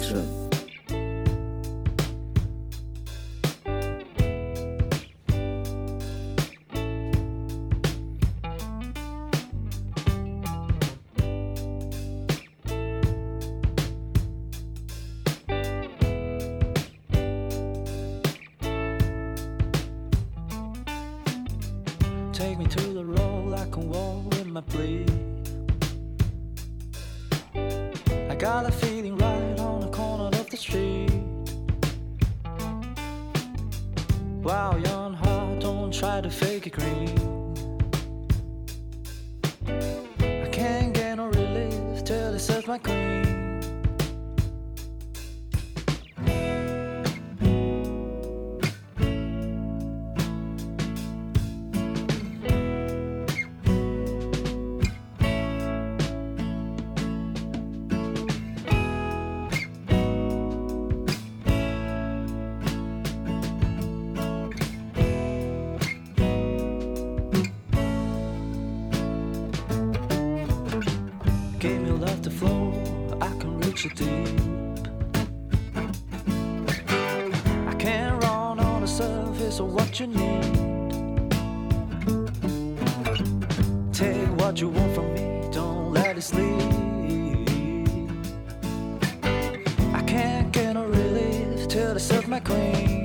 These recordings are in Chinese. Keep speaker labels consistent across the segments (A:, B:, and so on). A: 是。
B: Take me to the road, I can walk with my plea. I got a feeling right on the corner of the street. Wow, young heart, don't try to fake it green. I can't get no release till they search my queen. Give me love to flow, I can reach it deep. I can't run on the surface of what you need. Take what you want from me, don't let it sleep. I can't get no relief till they serve my queen.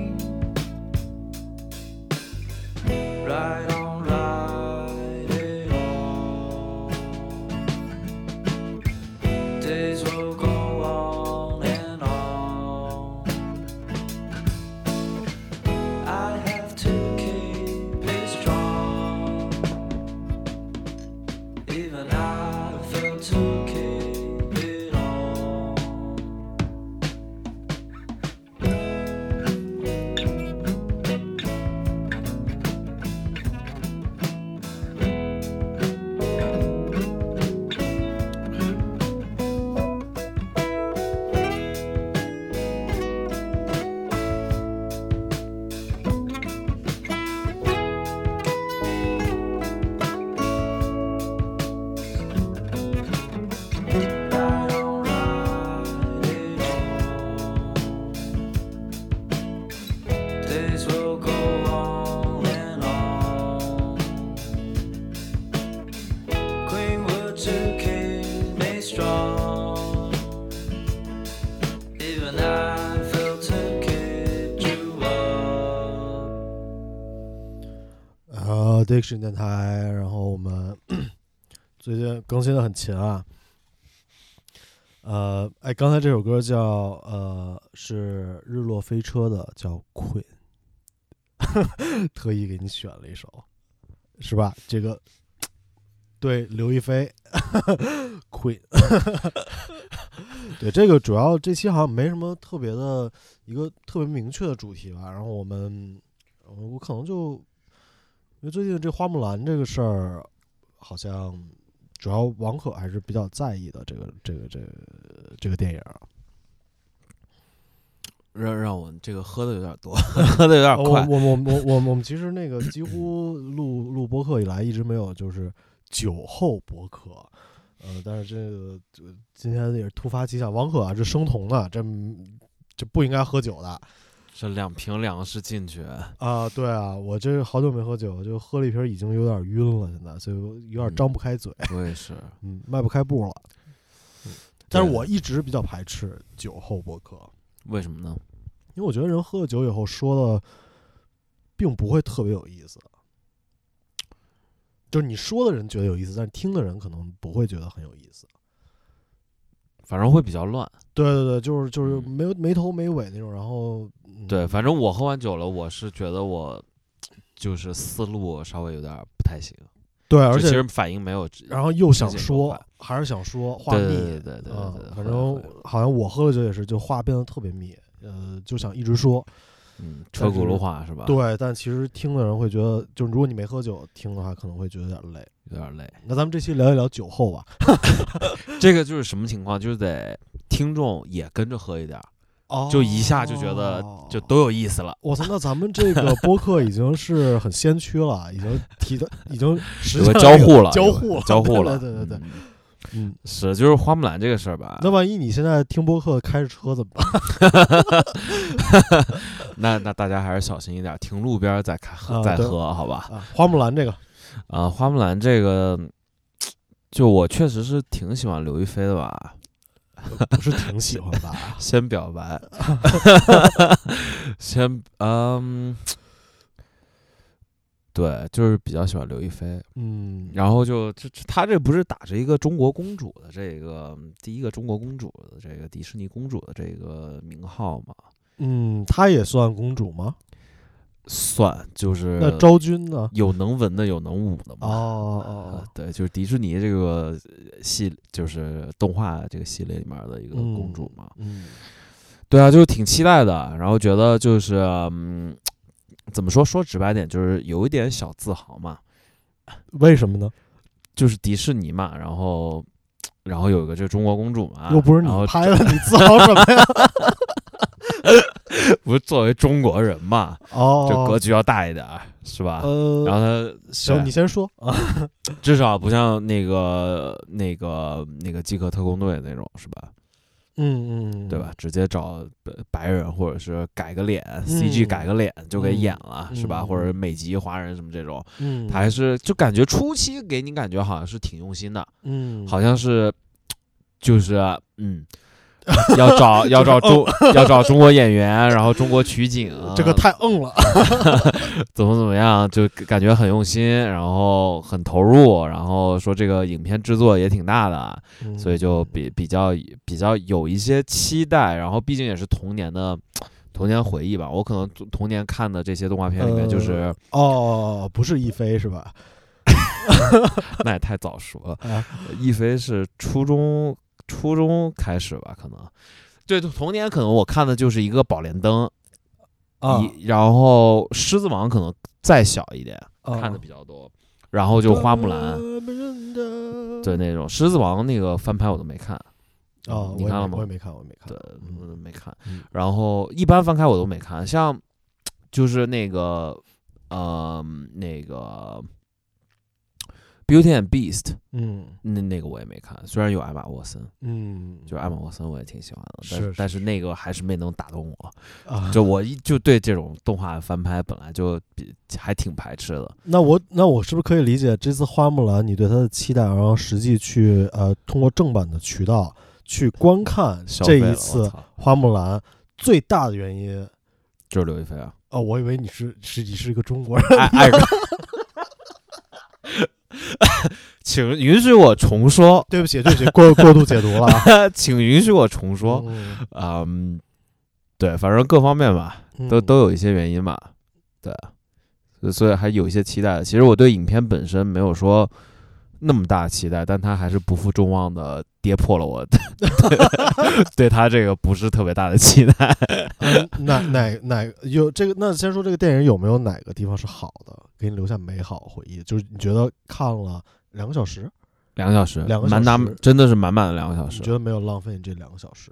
B: Right on, right it on. Days will go on and on. I have to keep it strong. Even I fail to keep it on. Right on, right it on. Days will go on and on. Queen would to keep me strong. Even I felt to keep you up.
C: 啊 d i c t i o n 电台，然后我们 最近更新的很勤啊。呃，哎，刚才这首歌叫呃是日落飞车的，叫 Queen，特意给你选了一首，是吧？这个对刘亦菲 Queen，对这个主要这期好像没什么特别的一个特别明确的主题吧。然后我们我可能就因为最近这花木兰这个事儿，好像主要王可还是比较在意的这个这个这个这个电影儿。
D: 让让我这个喝的有点多， 喝的有点快
C: 哦我。我我我我我们其实那个几乎录录播客以来一直没有就是酒后播客，呃，但是这个这今天也是突发奇想，王可啊，这生酮的，这这不应该喝酒的啊、
D: 这两瓶粮食进去，
C: 对啊，我这好久没喝酒，就喝了一瓶，已经有点晕了，现在所以我有点张不开嘴，
D: 嗯我也是。嗯
C: 嗯，迈不开步了。但是
D: 对
C: 我一直比较排斥酒后播客，
D: 为什么呢？
C: 因为我觉得人喝了酒以后说的，并不会特别有意思。就是你说的人觉得有意思，但是听的人可能不会觉得很有意思。
D: 反正会比较乱。
C: 对对对，就是就是
D: 嗯
C: 没有没头没尾那种，然后、嗯、
D: 对，反正我喝完酒了，我是觉得我就是思路稍微有点不太行，
C: 对，而
D: 就其
C: 且
D: 实反应没有。
C: 然后又想
D: 时间够
C: 说
D: 快，
C: 还是想说话
D: 对
C: 腻，
D: 对对对对对对
C: 嗯，，反
D: 会
C: 正
D: 会
C: 好像我喝了酒也是，就话变得特别密，呃，就想一直说。
D: 嗯，车轱辘话是吧？，
C: 对，但其实听的人会觉得，就如果你没喝酒听的话，可能会觉得有点累。
D: 有点累。
C: 那咱们这期聊一聊酒后吧。
D: 这个就是什么情况？就是得听众也跟着喝一点儿，
C: 哦
D: 就一下就觉得就都有意思了。
C: 我操，那咱们这个播客已经是很先驱了，已经提的，已经实
D: 有
C: 现了
D: 个
C: 这
D: 交
C: 个
D: 互了，
C: 交
D: 有个
C: 互了，
D: 交互 了，
C: 对对对对
D: 嗯
C: 嗯，
D: 是，就是花木兰这个事儿吧。
C: 那万一你现在听播客开着车怎么办？
D: 那那大家还是小心一点，停路边儿再看喝、
C: 啊
D: 再
C: 对
D: 喝，好吧？
C: 啊，花木兰这个，
D: 啊，花木兰这个，就我确实是挺喜欢刘亦菲的吧。
C: 不是挺喜欢吧？
D: 先表白， 先嗯，对，就是比较喜欢刘亦菲。
C: 嗯，
D: 然后就这这，他这不是打着一个中国公主的这个第一个中国公主的这个迪士尼公主的这个名号嘛？
C: 嗯，她也算公主吗？
D: 算，就是
C: 那昭君呢？
D: 有能文的，有能武的嘛。
C: 哦哦
D: 呃
C: 哦，
D: 对，就是迪士尼这个呃系，就是动画这个系列里面的一个公主嘛。
C: 嗯
D: 对啊，就是挺期待的，然后觉得就是，嗯，怎么说？说直白点，就是有一点小自豪嘛，
C: 为什么呢？
D: 就是迪士尼嘛，然后，然后有一个这中国公主嘛，
C: 又不是你
D: 啊然后
C: 拍的，你自豪什么 呀？
D: 不是作为中国人嘛，
C: 哦，
D: 就格局要大一点儿，是吧？
C: 呃，
D: 然后他
C: 行，
D: 对
C: 你先说啊。
D: 至少不像那个那个那个极客特工队那种，是吧？
C: 嗯嗯，嗯
D: 对吧？？直接找白白人，或者是改个脸、c g 改个脸就给演了，
C: 嗯
D: 是吧？
C: 嗯
D: 或者美籍华人什么这种，
C: 嗯，
D: 他还是就感觉初期给你感觉好像是挺用心的，
C: 嗯，
D: 好像是就是 嗯。要找要
C: 哦
D: 找中要找中国演员，然后中国取景， 啊
C: 这个太
D: 呃
C: 硬了。
D: 怎么怎么样，就感觉很用心，然后很投入，然后说这个影片制作也挺大的，所
C: 嗯
D: 以就比比较比较有一些期待，然后毕竟也是童年的童年回忆吧。我可能童童年看的这些动画片里面，就是、
C: 哦，不是一菲是 吧？
D: 那也太早熟了
C: 啊。
D: 亦菲是初中初中开始吧，可能对童年可能我看的就是一个《宝莲灯》
C: 啊，
D: 一然后《狮子王》可能再小一点，
C: 啊
D: 看的比较多，然后就花木兰。
C: 嗯
D: 对
C: 对
D: 那种《狮子王》那个翻拍我都没看，
C: 哦，
D: 你
C: 我也
D: 看了
C: 没
D: 吗
C: 我也没看，我也没看。
D: 对，
C: 嗯
D: 我都没看
C: 嗯。
D: 然后一般翻开我都没看，像就是那个呃那个《Beauty and Beast》
C: 嗯
D: 那那个我也没看，虽然有艾玛沃森，
C: 嗯，
D: 就是艾玛沃森我也挺喜欢的，但
C: 是是
D: 但是那个还是没能打动 我。
C: 啊，
D: 就我一就对这种动画翻拍本来就比还挺排斥的。
C: 那我那我是不是可以理解这次花木兰你对它的期待，然后实际去呃通过正版的渠道去观看
D: 消
C: 这
D: 费了
C: 一
D: 我
C: 次
D: 操
C: 花木兰最大的原因？
D: 就是刘亦菲 啊，
C: 哦，我以为你是是你是一个中国人，
D: 爱爱人。 请允许我重说，
C: 对不起，对不起，过过度解读了啊。
D: 请允许我重说。
C: 嗯
D: 嗯，对，反正各方面吧，都
C: 嗯
D: 都有一些原因吧，对，所以所以还有一些期待的。其实我对影片本身没有说那么大期待，但它还是不负众望的 跌破了我对对它这个不是特别大的期待。
C: 嗯哪哪哪有这个？那先说这个电影有没有哪个地方是好的，给你留下美好回忆？就是你觉得看了两个小时，
D: 两个小时，
C: 两个
D: 满
C: 小
D: 满
C: 时
D: 真的啊是满满的两个小
C: 你
D: 时
C: 觉，得没有浪费你这两个小时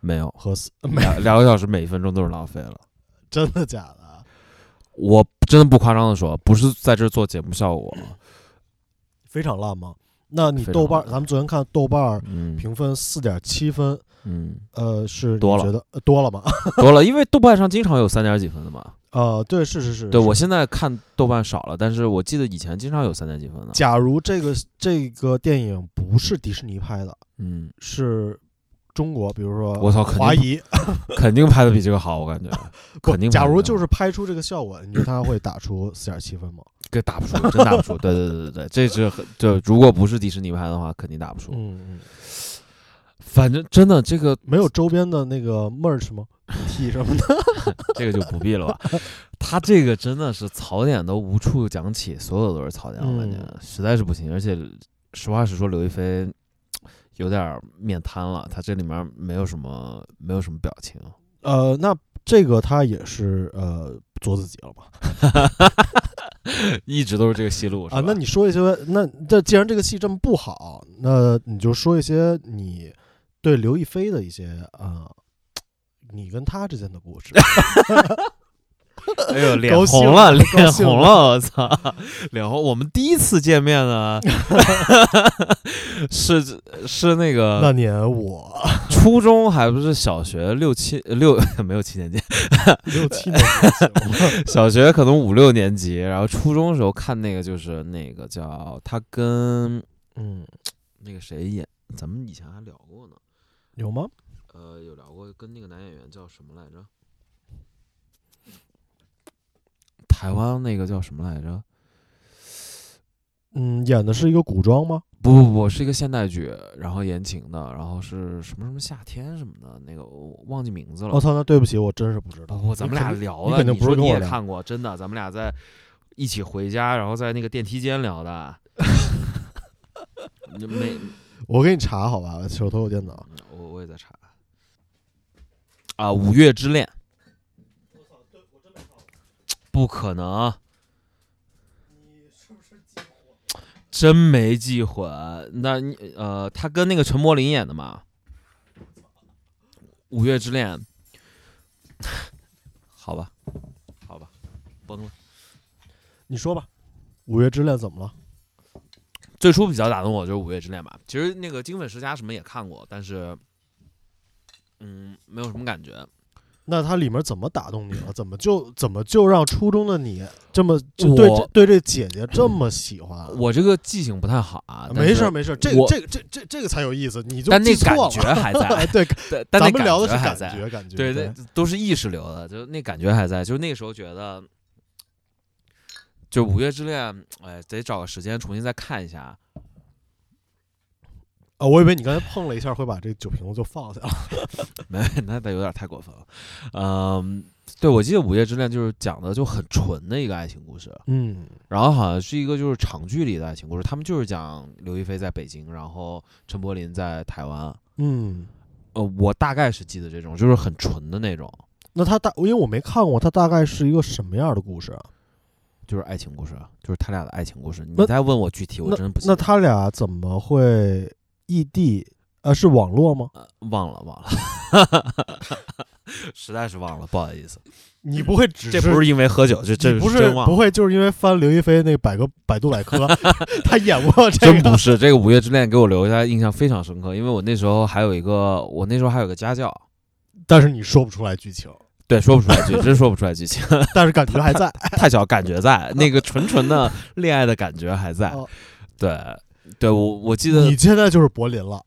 D: 没有
C: 和死？ 没
D: 两两个小时每一分钟都是浪费了。
C: 真的假的？
D: 我真的不夸张的说，不是在这儿做节目效果，
C: 非常烂吗？那你
D: 非常
C: 豆瓣儿，
D: 烂
C: 咱们昨天看豆瓣儿
D: 嗯
C: 评分四点七分，
D: 嗯，
C: 呃，是你
D: 多了
C: 觉得、呃多了吗？
D: 多了，因为豆瓣上经常有三点几分的嘛。
C: 呃，对，是是是，
D: 对
C: 是
D: 我现在看豆瓣少了，但是我记得以前经常有三点几分的。
C: 假如这个这个电影不是迪士尼拍的，
D: 嗯，
C: 是中国，比如说
D: 我操，肯
C: 华
D: 定
C: 谊，
D: 肯定拍的比这个好，我 感觉
C: 不
D: 肯定
C: 假
D: 拍
C: 如
D: 的
C: 就是拍出这个效果，你觉得他会打出四点七分吗？
D: 给打不出，真打不出。对对对对对，这是很就如果不是迪士尼拍的话，肯定打不出。
C: 嗯，嗯，
D: 反正真的这个
C: 没有周边的那个 merch 吗？T 什么的？
D: 这个就不必了吧。 他这个真的是槽点都无处讲起，所有都是槽点，我感觉
C: 嗯
D: 实在是不行。而且实话实说，刘亦菲有点儿面瘫了，她这里面没有什么没有什么表情。
C: 呃，那这个他也是呃做自己了吧？
D: 一直都是这个戏路是
C: 啊，
D: 吧
C: 那你说一些，那这既然这个戏这么不好，那你就说一些你对刘亦菲的一些啊、呃你跟他之间的故事。
D: 哎呦，脸
C: 高兴
D: 红了，
C: 了高
D: 脸
C: 兴
D: 红了，我操，脸红！我们第一次见面 呢，是是那
C: 那
D: 个
C: 年我
D: 初中，还不是小学六七六 没有七年级，
C: 六七年级了，
D: 小学可能五六年级，然后初中时候看那个就是那个叫他跟
C: 嗯，
D: 那个谁演，咱们以前还聊过呢，
C: 有吗？
D: 呃，有聊过跟那个男演员叫什么来着？台湾那个叫什么来着？
C: 嗯，演的是一个古装吗？
D: 不不不，是一个现代剧，然后言情的，然后是什么什么夏天什么的，那个我忘记名字了。
C: 我操，那对不起，我真是不知
D: 不
C: 道。
D: 不，咱们俩聊
C: 哦你
D: 的，
C: 肯定
D: 你
C: 不是
D: 说
C: 跟
D: 你
C: 我
D: 也
C: 聊
D: 看过，真的，咱们俩在一起回家，然后在那个电梯间 聊的。你没，
C: 我给你查好吧，手头有电脑。
D: 嗯我我也在查啊，《五月之恋》。不可能！真没记混。那你呃，他跟那个陈柏霖演的嘛，《五月之恋》。好吧，好吧，崩了。
C: 你说吧，《五月之恋》怎么了？
D: 最初比较打动我就是《五月之恋》吧。其实那个《金粉世家》什么也看过，但是，嗯，没有什么感觉。
C: 那它里面怎么打动你了？怎么就怎么就让初中的你这么就对
D: 我
C: 这对这姐姐这么喜欢？啊
D: 我这个记性不太好啊，但
C: 没
D: 是
C: 事儿没事儿，这
D: 我
C: 这这这这个才有意思，你就
D: 但那
C: 记错
D: 感
C: 了。
D: 觉还在，
C: 对，
D: 但但那
C: 咱们
D: 感
C: 聊的是
D: 还
C: 感
D: 在。
C: 觉，感觉
D: 对，那都是意识流的，就是那感觉还在，就是那个时候觉得，就《五月之恋》，哎，得找个时间重新再看一下。
C: 啊，我以为你刚才碰了一下会把这酒瓶子就放下了。
D: 没， 那那有点太过分了。嗯，对，我记得《五月之恋》就是讲的就很纯的一个爱情故事，
C: 嗯，
D: 然后好像是一个就是长距离的爱情故事，他们就是讲刘亦菲在北京，然后陈柏霖在台湾。
C: 嗯，
D: 呃，我大概是记得这种，就是很纯的那种，
C: 那他大，因为我没看过，他大概是一个什么样的故事啊？
D: 就是爱情故事，就是他俩的爱情故事。你
C: 那
D: 再问我具体，我
C: 那
D: 真的不记
C: 那
D: 得。
C: 他俩怎么会异地？呃，是网络吗？
D: 呃忘了 忘了，实在是忘了，不好意思。
C: 你不会只
D: 这不是因为喝酒，这这
C: 你不
D: 真忘
C: 不
D: 了，
C: 会就是因为翻刘亦菲那个百科百度百科， 他演过这
D: 真不
C: 个？
D: 是这个《五月之恋》给我留下印象非常深刻，因为我那时候还有一个，我那时候还有个家教，
C: 但是你说不出来剧情，
D: 对，说不出来 剧，真说不出来剧情，
C: 但是感觉还在。
D: 太小感觉 在，那个纯纯的恋爱的感觉还在
C: 哦，
D: 对。对，我我 记得
C: 你现在就是柏林了，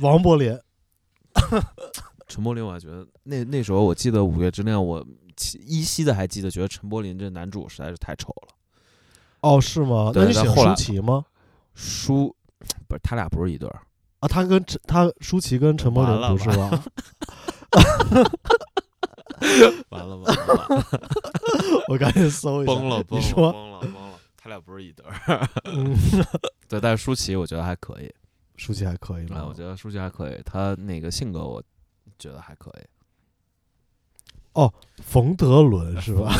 C: 王柏林。
D: 陈柏霖，我还觉得那那时候我记得《五月之恋》，我其依稀的还记得，觉得陈柏霖这男主实在是太丑了。
C: 哦，是吗？
D: 对
C: 那你喜
D: 但
C: 欢
D: 后来
C: 舒淇吗？
D: 舒不是他俩不是一对儿，
C: 啊，他跟陈他舒淇跟陈柏
D: 完了
C: 霖不是吧？
D: 完了完了完了，
C: 我赶紧搜一下。
D: 崩了，崩
C: 你
D: 了，
C: 说，
D: 崩了，崩了，他俩不是一对儿。
C: 嗯，
D: 对，但是舒淇我觉得还可以，
C: 舒淇还可以
D: 啊，
C: 吗
D: 我？觉得舒淇还可以，她那个性格我觉得还可以。
C: 冯德伦是吧？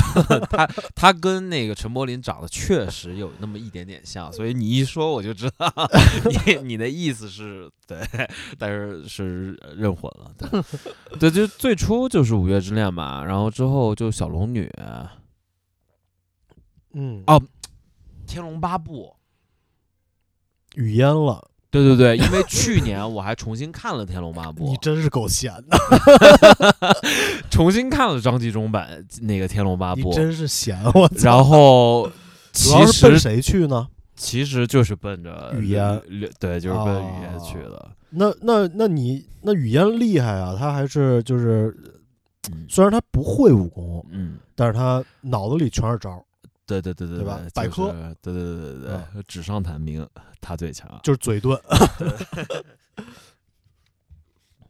D: 她她跟那个陈柏霖长得确实有那么一点点像，所以你一说我就知道 你你的意思是对，但是是认混了。对，对， 就最初就是《五月之恋》嘛，然后之后就《小龙女》啊《
C: 嗯，
D: 哦天龙八部》。
C: 语嫣了，
D: 对对对，因为去年我还重新看了《天龙八部》，
C: 你真是够闲的，
D: 重新看了张纪中版那个《天龙八
C: 你
D: 部》，
C: 真是闲，我 操
D: 然后
C: 主要
D: 其
C: 是奔
D: 实
C: 谁去呢？
D: 其实就是奔着
C: 语言哦
D: 流，对，就是奔着语言去的。
C: 那那那你那语嫣厉害啊，她还是就是，
D: 嗯
C: 虽然她不会武功，
D: 嗯，
C: 但是她脑子里全是招儿，
D: 对对对对
C: 对吧百
D: 就是
C: 科嗯
D: 对对对对对，纸上谈兵，他最强。
C: 就是嘴遁。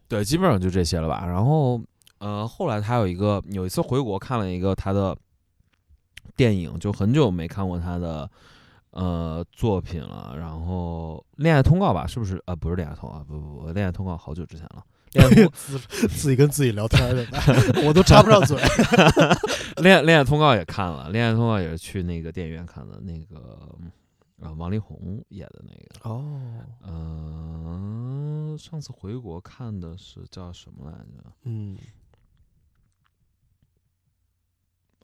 D: 对，基本上就这些了吧。然后呃，后来他有一个有一次回国看了一个他的电影，就很久没看过他的。呃，作品了，然后《恋爱通告》吧，是不是？啊、不是《恋爱通告》，不不不，《恋爱通告》好久之前了，《恋 爱通告》
C: 自自己跟自己聊天儿 的，我都插不上嘴。
D: 恋恋爱通告也看了，恋爱通告也是去那个电影院看的，那个呃王力宏演的那个，
C: 哦，
D: 嗯、上次回国看的是叫什么来着？
C: 嗯，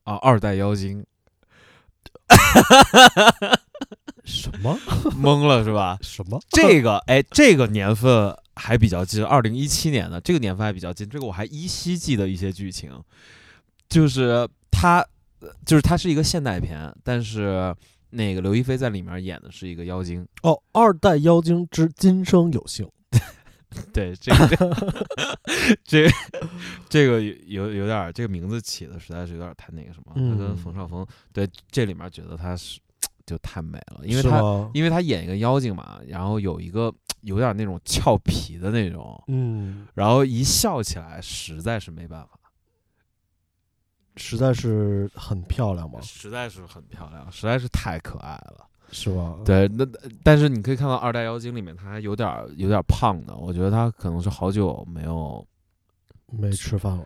D: 啊，二代妖精
C: 什么
D: 懵了是吧？
C: 什么？
D: 这个哎，这个年份还比较近，二零一七年的这个年份还比较近，这个我还依稀记得一些剧情，就是它，就是它是一个现代片，但是那个刘亦菲在里面演的是一个妖精，
C: 哦，二代妖精之今生有幸，
D: 对，这个 这个这个有有点儿这个名字起的实在是有点儿太那个什么，他跟
C: 嗯
D: 冯绍峰对这里面觉得他是就太美了，因为
C: 是
D: 他
C: 吗
D: 因为他演一个妖精嘛，然后有一个有点那种俏皮的那种，
C: 嗯，
D: 然后一笑起来实在是没办法，
C: 实在是很漂亮嘛，
D: 实在是很漂亮，嗯实在是太可爱了。
C: 是吧？，
D: 对，那但是你可以看到《二代妖精》里面他还有点儿有点儿胖的，我觉得他可能是好久没有
C: 没吃饭了，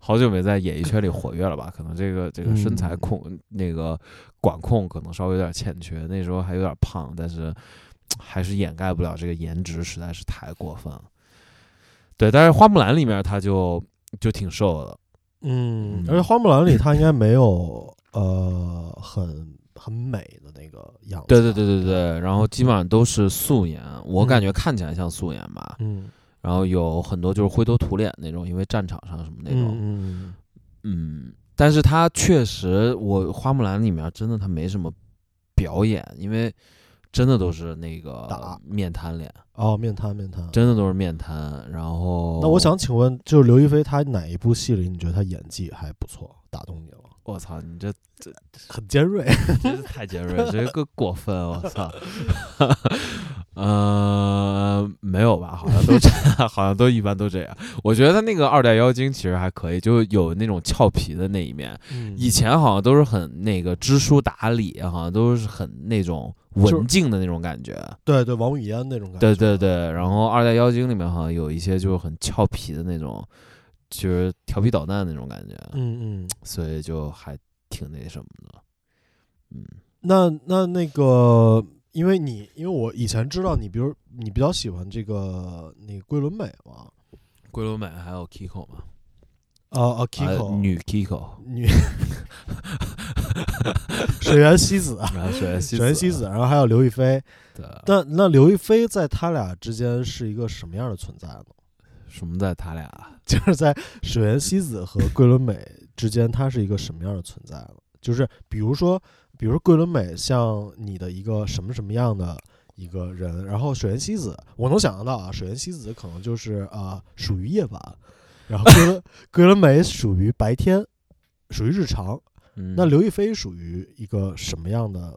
D: 好久没在演艺圈里活跃了 吧？可能这个这个身材
C: 嗯
D: 控、那个管控可能稍微有点欠缺，那时候还有点胖，但是还是掩盖不了这个颜值实在是太过分了。对，但是花木兰里面她就就挺瘦的，
C: 嗯
D: 嗯，
C: 而且花木兰里她应该没有呃很很美的那个样子，
D: 对对，对对对，然后基本上都是素颜，我感
C: 嗯
D: 觉看起来像素颜吧，
C: 嗯
D: 然后有很多就是灰头土脸那种，因为战场上什么那种，
C: 嗯嗯
D: 嗯，但是他确实，我花木兰里面真的他没什么表演，因为真的都是那个
C: 打
D: 面瘫脸，
C: 哦，面瘫面瘫。
D: 真的都是面瘫。然后，
C: 那我想，请问，就是刘亦菲她哪一部戏里你觉得她演技还不错，打动你了？
D: 我操，你这
C: 很尖锐，
D: 真是太尖锐了，这个过分，啊我操。呃，没有吧？好像都这样，好像都一般都这样。我觉得他那个二代妖精其实还可以，就有那种俏皮的那一面，以前好像都是很那个知书达理，好像都是很那种文静的那种感觉。
C: 对对，王语嫣那种感
D: 对
C: 觉，
D: 对对，然后《二代妖精》里面好像有一些就是很俏皮的那种，就是调皮捣蛋的那种感觉，
C: 嗯嗯。
D: 所以就还挺那什么的。嗯，
C: 那那那个，因为你因为我以前知道你，比如你比较喜欢这个那个桂纶镁嘛，
D: 桂纶镁还有 Kiko 嘛
C: 啊啊
D: 啊
C: ，Kiko
D: 女 Kiko，
C: 女水原希 子，
D: 然后 水原希
C: 水原希
D: 子
C: 子，，
D: 啊
C: 然后还有刘亦菲。
D: 对，
C: 那那刘亦菲在他俩之间是一个什么样的存在呢？
D: 什么在他俩？
C: 就是在水原希子和桂纶镁之间，它是一个什么样的存在呢？就是比如说，比如说桂纶镁像你的一个什么什么样的一个人，然后水原希子，我能想象到啊，水原希子可能就是啊、呃属于夜晚，然后桂纶 桂纶镁属于白天，属于日常。
D: 嗯，
C: 那刘亦菲属于一个什么样的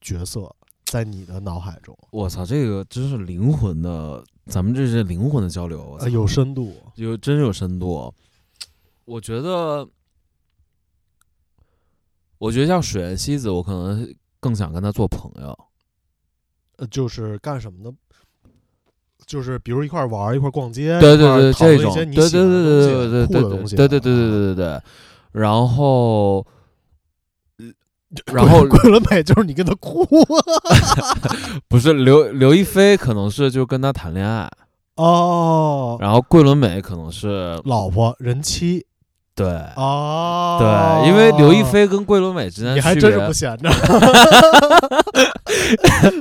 C: 角色，在你的脑海中？
D: 我操，这个真是灵魂的，咱们这是灵魂的交流。我操
C: 呃，有深度，
D: 有真有深度。我觉得，我觉得像水原希子，我可能更想跟她做朋友。
C: 呃，就是干什么呢？就是比如一块儿玩儿，一块儿逛街，
D: 对
C: 一块儿
D: 对对，
C: 讨论一
D: 这种，
C: 些
D: 对
C: 你
D: 对对
C: 喜欢的东西
D: 对对对对
C: 酷的东西，
D: 对对对对
C: 啊。
D: 对对对。然后，然
C: 桂
D: 后
C: 桂纶镁就是你跟他哭啊
D: 不是刘刘亦菲，可能是就跟他谈恋爱，
C: 哦，
D: 然后桂纶镁可能是
C: 老婆人妻
D: 对
C: 哦，
D: 对，因为刘亦菲跟桂纶镁之间
C: 你还
D: 区
C: 真
D: 别
C: 是不闲 着，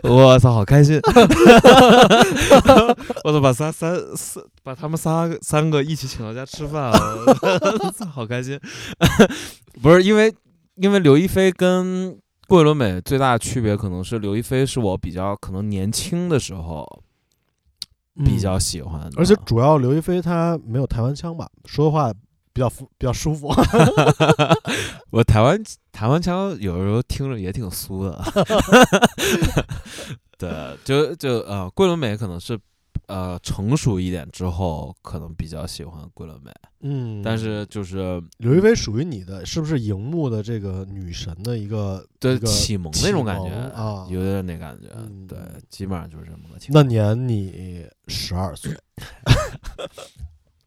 D: 我操，好开心！ 我操，把仨三四，把他们仨三个一起请到家吃饭、我操， 好开心！ 不是因为，因为刘亦菲跟桂纶镁最大的区别，可能是刘亦菲是我比较可能年轻的时候比较
C: 嗯，
D: 喜欢的，
C: 而且主要刘亦菲她没有台湾腔吧，说话比较服比较舒 服，
D: 我台湾台湾腔有时候听着也挺酥的， 对，就就呃，桂纶镁可能是呃成熟一点之后，可能比较喜欢桂纶镁，
C: 嗯，
D: 但是就是
C: 刘亦菲属于你的，是不是荧幕的这个女神的一个
D: 对
C: 一个
D: 启蒙
C: 启
D: 那种感觉
C: 蒙啊
D: 有点那感觉，
C: 嗯
D: 对，基本上就是这么个情况。
C: 那年你十二岁，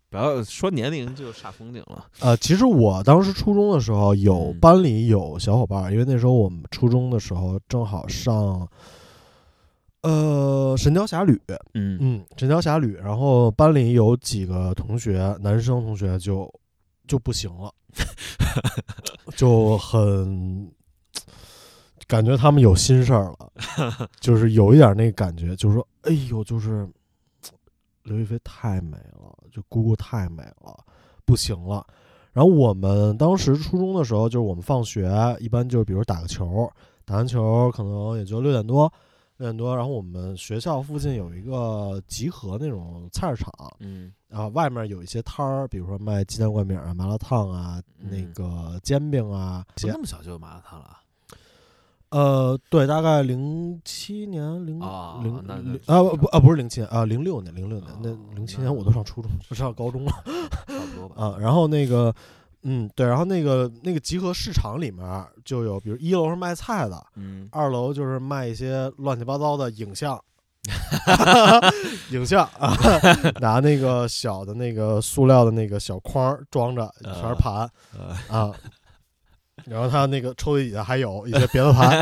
D: 不要说年龄就煞风景了，
C: 呃，其实我当时初中的时候，有
D: 嗯
C: 班里有小伙伴儿，因为那时候我们初中的时候正好上，呃，《神雕侠侣》，
D: 嗯
C: 嗯，《神雕 侠侣》，然后班里有几个同学，男生同学就就不行了，就很感觉他们有心事儿了， 就是有一点那感觉，就是说，哎呦，就是刘亦菲太美了，就姑姑太美了，不行了。然后我们当时初中的时候，就是我们放学一般就是比如打个球，打完球可能也就六点多，六点多，然后我们学校附近有一个集合那种菜市场，
D: 嗯
C: 啊，外面有一些摊儿，比如说卖鸡蛋灌饼啊、麻辣烫啊、那
D: 嗯
C: 个煎饼啊。这些
D: 么小就有麻辣烫了啊？
C: 呃，对，大概零七年、零
D: 哦
C: 嗯零
D: 那
C: 零
D: 那
C: 啊不啊不是零七年啊零六年零六年那
D: 哦
C: 零七
D: 那
C: 年我都上初中上高中了
D: 差不多吧。
C: 啊。然后那个嗯对，然后那个那个集合市场里面就有，比如一楼是卖菜的，
D: 嗯，
C: 二楼就是卖一些乱七八糟的影像， 影像啊， 拿那个小的那个塑料的那个小筐儿装着，全是盘、
D: 呃
C: 啊。然后他那个抽屉底下还有一些别的 盘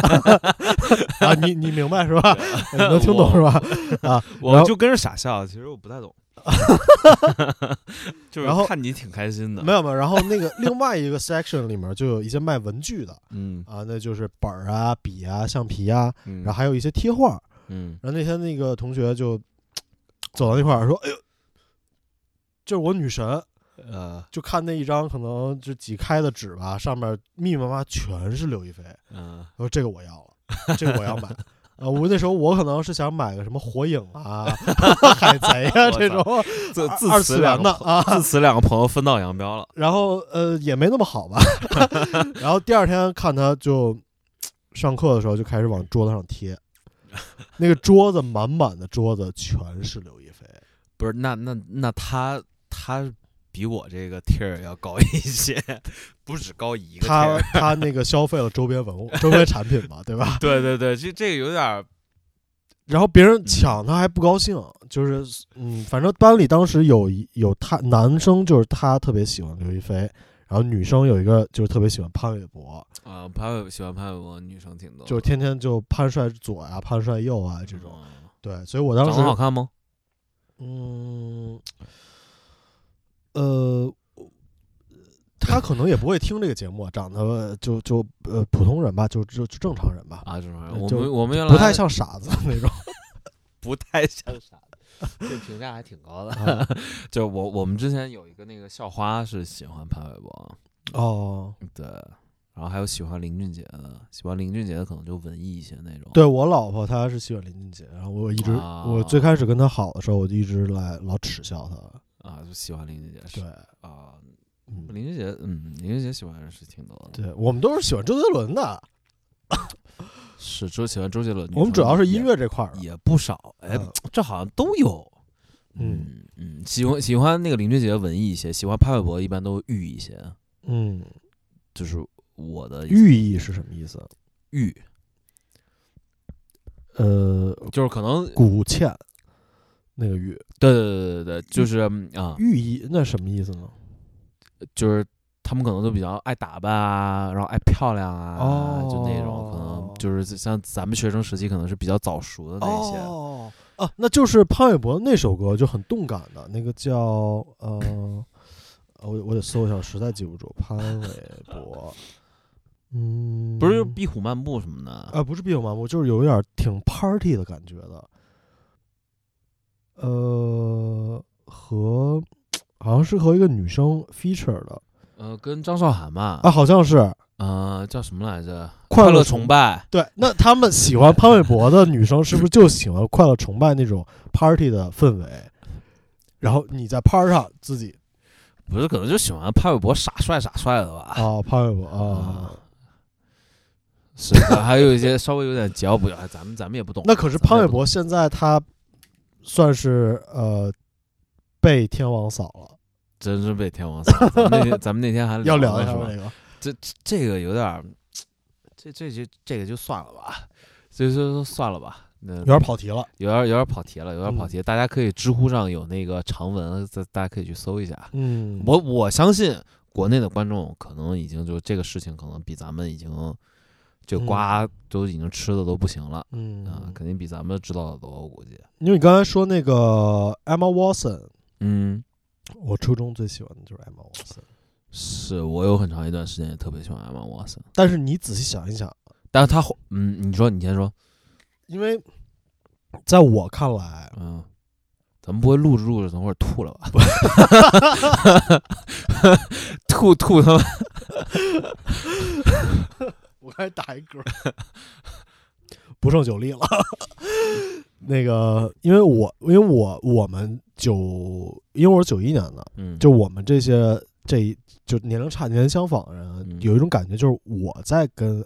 C: 啊，你你明白是吧？你能听懂是吧？然
D: 我
C: 后
D: 就跟着傻笑，其实我不太 懂。就
C: 然后
D: 是看你挺开心的，
C: 没有没有。然后那个另外一个 section 里面就有一些卖文具的
D: 嗯
C: 啊，那就是本儿啊、笔啊、橡皮啊，
D: 嗯，
C: 然后还有一些贴画儿。
D: 嗯
C: 然后那天那个同学就走到那块儿说：“哎呦，这是我女神。
D: 呃”
C: 就看那一张可能就几开的纸吧，上面密密麻麻全是刘亦菲。我
D: 嗯
C: 说这个我要了，这个我要 买。啊，我那时候我可能是想买个什么火影 啊、海贼啊
D: 我操
C: 这种
D: 自
C: 二
D: 自
C: 二
D: 此
C: 次元
D: 两
C: 的
D: 个
C: 啊，
D: 自此两个朋友分道扬镳了。
C: 然后呃也没那么 好吧。然后第二天看他就上课的时候就开始往桌子上贴，那个桌子满满的桌子全是刘亦菲。
D: 不是，那那那他他比我这个 tier 要高一些， 不止高一个 tier。
C: 他 他那个消费了周边文物、 周边产品嘛，对吧？
D: 对对对，这这个有点儿
C: 然后别人抢他还不高兴，就是嗯，反正班里当时有一有他男生就是他特别喜欢刘亦菲，然后女生有一个就是特别喜欢潘玮柏，
D: 啊，潘玮喜欢潘玮柏女生挺多的，
C: 就是天天就潘帅左呀、潘帅右啊这种。
D: 嗯
C: 对，所以我当
D: 长得好
C: 时
D: 看吗？
C: 嗯呃。他可能也不会听这个节目，啊长得就就呃普通人吧，就就就正常人吧，
D: 啊，这种人
C: 对
D: 我
C: 就
D: 们我们原来
C: 不太像傻 子那种。
D: 不太像啥，这评价还挺高的。
C: 啊
D: 就我我们之前有一个那个校花是喜欢潘玮柏， 啊
C: 哦，
D: 对，然后还有喜欢林俊杰的，喜欢林俊杰的可能就文艺一些那种。
C: 对我老婆她是喜欢林俊杰，然后我一直、
D: 啊
C: 我最开始跟她好的时候，我就一直来老耻笑她。
D: 啊，就喜欢林俊杰是
C: 对，
D: 啊，
C: 嗯，
D: 林俊杰，嗯，林俊杰喜欢的人是挺多的，
C: 对我们都是喜欢周杰伦的，
D: 是周喜欢周杰伦，
C: 我们主要是音
D: 也
C: 乐这块儿的。
D: 也不少，哎
C: 嗯，
D: 这好像都有。
C: 嗯
D: 嗯嗯，喜欢喜欢那个林俊杰文艺一些，喜欢潘玮柏一般都御一些，
C: 嗯，
D: 就是我的
C: 寓意是什么意思？
D: 御，
C: 呃，
D: 就是可能
C: 古倩那个寓
D: 对对对对对，就是嗯啊、
C: 寓意那什么意思呢？
D: 就是他们可能都比较爱打扮啊，然后爱漂亮啊，就那种可能
C: 哦
D: 就是像咱们学生时期可能是比较早熟的那一些。
C: 哦啊，那就是潘玮柏那首歌就很动感的，那个叫呃，呃我我得搜一下，我实在记不住潘玮柏。嗯，
D: 不是就是壁虎漫步什么的，
C: 啊，不是壁虎麻木，就是有一点儿挺 party 的感觉的。呃，和好像是和一个女生 feature 的
D: 呃，跟张韶涵嘛，
C: 啊，好像是
D: 呃，叫什么来着？
C: 快
D: 乐
C: 乐
D: 崇拜，
C: 对。那他们喜欢潘玮柏的女生，是不是就喜欢快乐崇拜那种 party 的氛围？然后你在 part 上自己
D: 不是可能就喜欢潘玮柏傻帅傻帅的吧？
C: 啊，潘玮柏啊，
D: 是，还有一些稍微有点桀骜不驯，咱们咱们也不懂。
C: 那可是
D: 咱
C: 潘
D: 们也
C: 玮
D: 不懂
C: 柏现在他算是呃被天王扫了，
D: 真是被天王嫂。咱们那天咱们那天还
C: 要聊
D: 聊
C: 一
D: 呢
C: 下
D: 是
C: 吗
D: 吧
C: 这个。
D: 这这这个有点儿，这这就这个就算了吧，就就就算了吧。那
C: 有点嗯跑题了，
D: 有点有点跑题了，有点跑题。大家可以知乎上有那个长文，大大家可以去搜一下。
C: 嗯，
D: 我我相信国内的观众可能已经就这个事情，可能比咱们已经这
C: 嗯
D: 个瓜都已经吃的都不行了
C: 嗯
D: 啊、肯定比咱们知道的多，我估计。
C: 因为你刚才说那个 Emma Watson，
D: 嗯，
C: 我初中最喜欢的就是 Emma Watson，
D: 是我有很长一段时间也特别喜欢艾玛沃森，
C: 但是你仔细想一想，
D: 但是他后嗯，你说你先说，
C: 因为在我看来，
D: 嗯，咱们不会录着录着等会儿吐了吧？ 吐吐 他妈！
C: 我开始打一嗝， 不胜酒力了。 那个，因为我因为我我们九，因为我是九一年的，
D: 嗯，
C: 就我们这些这一就年龄差年龄相仿的人，
D: 嗯
C: 有一种感觉，就是我在跟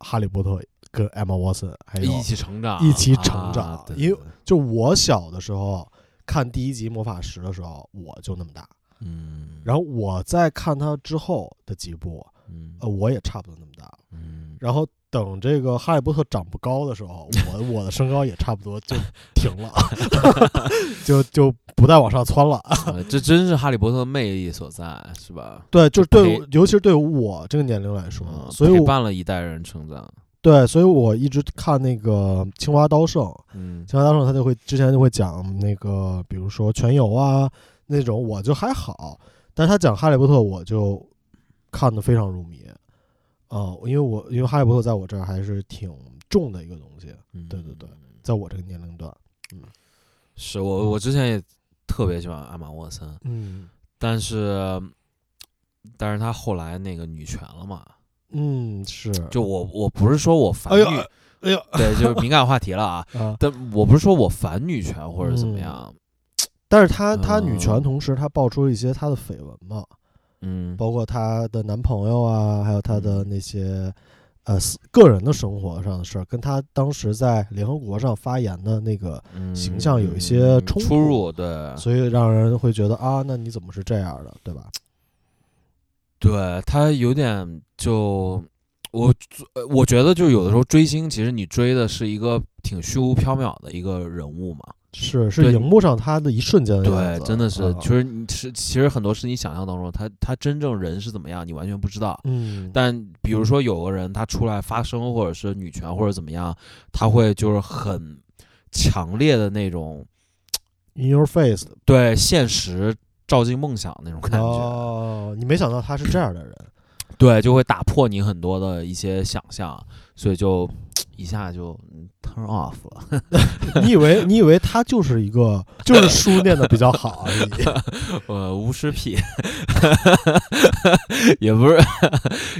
C: 哈利波特、跟艾玛沃森还有
D: 哎一起成长，
C: 一起成长
D: 啊对
C: 因为
D: 对对
C: 就我小的时候看第一集《魔法石》的时候，我就那么大。
D: 嗯，
C: 然后我在看他之后的几部，
D: 嗯
C: 呃，我也差不多那么大。
D: 嗯，
C: 然后等这个哈利波特长不高的时候， 我我的身高也差不多就停了，就就不再往上窜了。
D: 呃这真是哈利波特的魅力所在，是吧？
C: 对，就是对
D: 陪
C: 我，尤其是对我这个年龄来说，
D: 嗯，
C: 嗯所以
D: 陪
C: 我
D: 伴了一代人成长，
C: 对，所以我一直看那个《青蛙刀圣》，《
D: 嗯
C: 青蛙刀圣》他就会之前就会讲那个，比如说全游啊那种，我就还好，但是他讲哈利波特，我就看得非常入迷。啊、因为我因为哈利波特在我这儿还是挺重的一个东西，
D: 嗯
C: 对对对，在我这个年龄段，
D: 是我我之前也特别喜欢艾玛沃森，
C: 嗯
D: 但是但是他后来那个女权了嘛，
C: 嗯，是，
D: 就我我不是说我反
C: 哎
D: 女，
C: 呦哎呦
D: 对，就是敏感话题了啊，
C: 啊！
D: 但我不是说我反女权或者怎
C: 嗯
D: 么样，
C: 但是她她女权
D: 嗯
C: 同时她爆出了一些她的绯闻嘛，
D: 嗯
C: 包括她的男朋友啊，还有她的那些呃私个人的生活上的事儿，跟她当时在联合国上发言的那个，
D: 嗯
C: 形象有一些冲突
D: 出入，对
C: 所以让人会觉得啊，那你怎么是这样的，对吧？
D: 对，他有点就我呃我觉得就有的时候追星，其实你追的是一个挺虚无缥缈的一个人物嘛，
C: 是是，
D: 对
C: 荧幕上她的一瞬间的样
D: 对，
C: 子
D: 真的是
C: 啊，
D: 其实你是其实很多是你想象当中，他他真正人是怎么样，你完全不知道。
C: 嗯，
D: 但比如说有个人他出来发声，或者是女权或者怎么样，他会就是很强烈的那种
C: in your face 的
D: 对现实照进梦想那种感觉，
C: 哦，你没想到她是这样的人，
D: 对，就会打破你很多的一些想象，所以就一下就嗯 turn off 了。
C: 你以为你以为她就是一个就是书念的比较好而已。
D: 呃，无师癖，也不是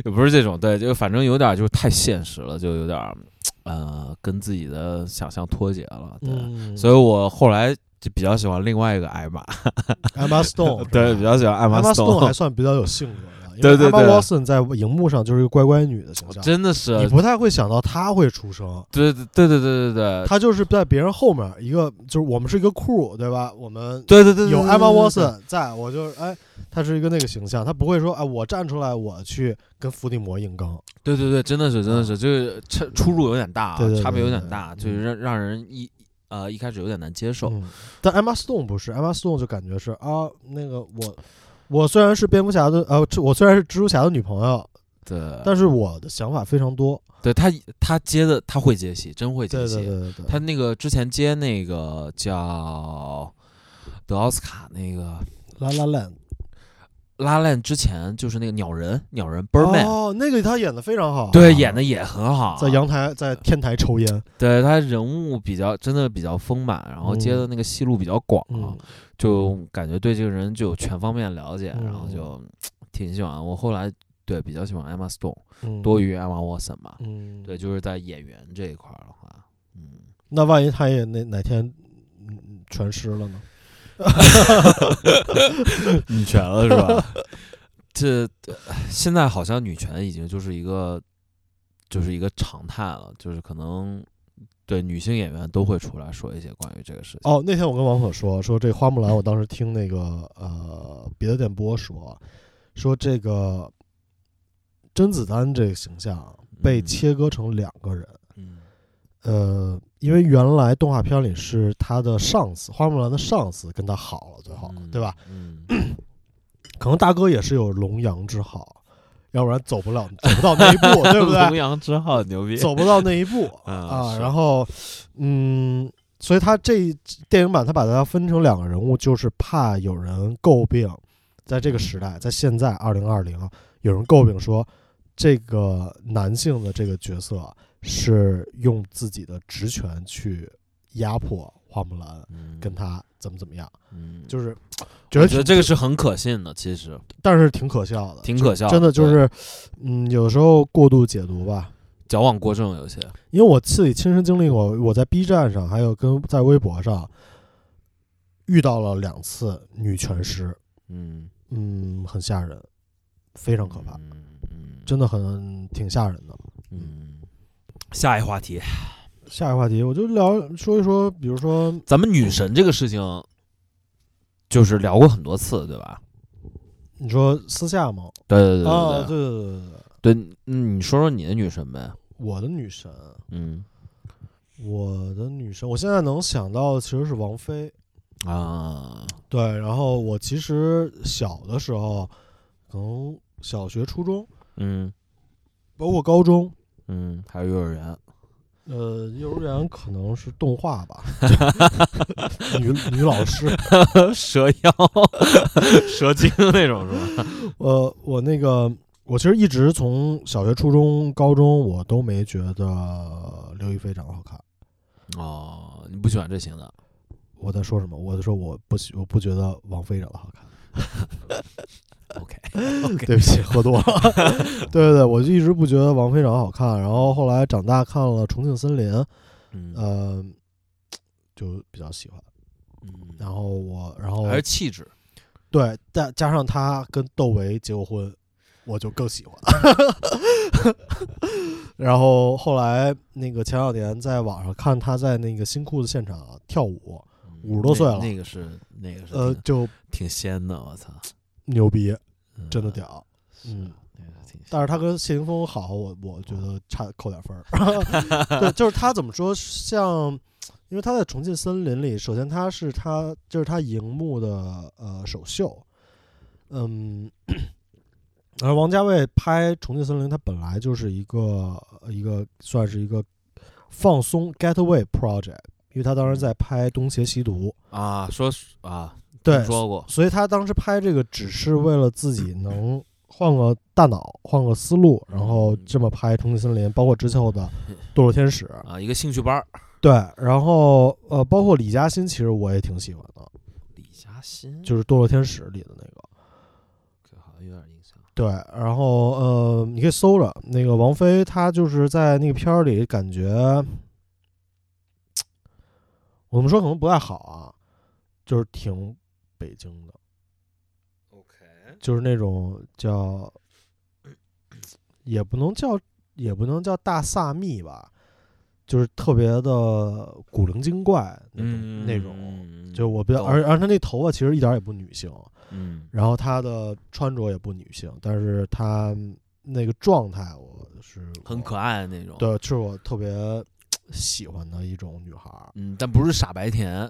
D: 也不是这种，对，就反正有点就是太现实了，就有点儿呃跟自己的想象脱节了，对。
C: 嗯，
D: 所以我后来就比较喜欢另外一个艾玛，
C: Emma Stone 是
D: 对，
C: 吧
D: 比较喜欢艾
C: Emma Stone 还
D: 玛。
C: 算比较有性格的，因为
D: 对对
C: Emma
D: 对哦
C: Watson 在荧幕上就是一个乖乖女的形象，
D: 真的
C: 你
D: 是，
C: 不太会想到她会出声，
D: 对对对对对对对，
C: 她就是在别人后面一个，就是我们是一个 crew 对吧？我们
D: 对对对对
C: 有
D: 对
C: Emma
D: 对
C: Watson 在，我就是哎，她是一个那个形象，她不会说哎，我站出来我去跟伏地魔硬刚，
D: 对对对，真的是真的是，就是差出入有点大
C: 嗯对对
D: 啊，
C: 对
D: 差别有点
C: 对
D: 大，
C: 嗯
D: 就是让让人一呃一开始有点难接受。
C: 嗯，但 Emma Stone 不是，Emma Stone 就感觉是啊，那个我。我虽然是蝙蝠侠的，呃，我虽然是蜘蛛侠的女朋友，
D: 对，
C: 但是我的想法非常多。
D: 对他他接的他会接戏，真会接
C: 对对
D: 戏。
C: 对对对，
D: 他那个之前接那个叫得奥斯卡那个
C: 拉拉烂
D: 拉烂之前就是那个鸟人鸟人 Birdman，
C: 哦，那个他演的非常好，
D: 对，演的也很好，
C: 在阳台在天台抽烟，
D: 对他人物比较真的比较丰满，然后接的那个戏路比较广，啊
C: 嗯，
D: 就感觉对这个人就有全方面了解，
C: 嗯
D: 然后就挺喜欢。我后来对比较喜欢 Emma Stone
C: 嗯
D: 多，于 Emma Watson 嘛，
C: 嗯，
D: 对，。就是在演员这一块儿的话，嗯，
C: 那万一他也哪哪天嗯全失了呢？
D: 女权了是吧？ 这呃现在好像女权已经就是一个就是一个常态了，就是可能对女性演员都会出来说一些关于这个事情。
C: 哦，那天我跟王可说说这花木兰，我当时听那个呃别的电波说说这个甄子丹这个形象被
D: 嗯
C: 切割成两个人，
D: 嗯
C: 呃，因为原来动画片里是他的上司花木兰的上司跟他好了，最后
D: 嗯
C: 对吧？？
D: 嗯，
C: 可能大哥也是有龙阳之好，要不然走不了走不到那一 步，对不
D: 龙
C: 对？
D: 阳之好牛逼，
C: 走不到那一步
D: 啊
C: 啊。
D: 是
C: 然后，嗯，所以他这一电影版他把它分成两个人物，就是怕有人诟病在
D: 嗯
C: 这个时代，在现在二零二零，啊有人诟病说，这个男性的这个角色是用自己的职权去压迫花木兰，
D: 嗯
C: 跟他怎么怎么样，
D: 嗯，
C: 就是觉
D: 我觉
C: 得
D: 得这个是很可信的，其实
C: 但是挺可笑的，
D: 挺可笑的，
C: 真的就
D: 对
C: 是，嗯，有时候过度解读吧。
D: 矫枉过正，有些
C: 因为我自己亲身经历过，我在 B 站上还有跟在微博上遇到了两次女拳师，
D: 嗯，
C: 嗯，很吓人，非常可怕，
D: 嗯嗯
C: 真的很挺吓人的。
D: 嗯。下一话题，
C: 下一个话题，我就聊说一说，比如说，
D: 咱们女神这个事情，就是聊过很多次，对吧？
C: 你说私下吗？
D: 对对对
C: 啊，对
D: 对
C: 对对对对，
D: 对，对嗯，你说说你的女神呗，
C: 我的女神，
D: 嗯
C: 我的女神，我现在能想到的其实是王菲。嗯
D: 啊，
C: 对，然后我其实小的时候，可能小学、初中，
D: 嗯
C: 包括高中，
D: 嗯，还有幼儿 园，
C: 呃，幼儿园可能是动画 吧，女女老师。
D: 蛇 妖、蛇精那种是吧？
C: 呃， 我那个，我其实一直从小学、初中、高中，我都没觉得刘亦菲长得好看。
D: 哦，你不喜欢这型的，
C: 我在说什么？我在说我不喜，我不觉得王菲长得 好看。
D: OK，
C: 对不起，喝多了。 对对对，我就一直不觉得王菲长得好看。然后后来长大看了《重庆森林》，
D: 嗯
C: 呃，就比较喜欢。
D: 嗯，
C: 然后我，然后
D: 还是气质，
C: 对，再加上他跟窦唯结过婚，我就更喜欢。 然后后来那个前两年在网上看他在那个新裤子现场跳舞，
D: 嗯
C: 50多岁
D: 那
C: 了
D: 那个是那个是
C: 呃，
D: 挺
C: 就
D: 挺仙的，我操，
C: 牛逼，
D: 嗯
C: 真的，屌。嗯，
D: 那个挺仙
C: 但是他跟谢霆锋好，我我觉得差扣点分儿。 对，就是他怎么说，像，因为他在《重庆森林》里，首先他是他就是他荧幕的呃首秀，嗯，而王家卫拍《重庆森林》，他本来就是一个一个算是一个放松 getaway project，因为他当时在拍《东邪西毒
D: 啊，说啊，》，
C: 对
D: 听，说过，
C: 所以他当时拍这个只是为了自己能换个大脑、换个思路，然后这么拍《重庆森林》，包括之后的《堕落天使》，
D: 啊，一个兴趣班儿，
C: 对，然后呃，包括李嘉欣，其实我也挺喜欢的，
D: 李嘉欣，
C: 就是《堕落天使》里的那个。
D: 这好像有点印象，
C: 对，然后呃，你可以搜着那个王菲，她就是在那个片儿里感觉，我们说可能不太好啊，就是挺北京的。OK，就是那种叫，也不能叫也不能叫大萨密吧，就是特别的古灵精怪那种、
D: 嗯
C: 那种。
D: 种
C: 就我比较，
D: 懂
C: 而而她那头发其实一点儿也不女性，
D: 嗯
C: 然后她的穿着也不女性，但是她那个状态，我是
D: 很可爱的那种，，
C: 对，是我特别喜欢的一种女孩儿。
D: 嗯，但不是傻白甜，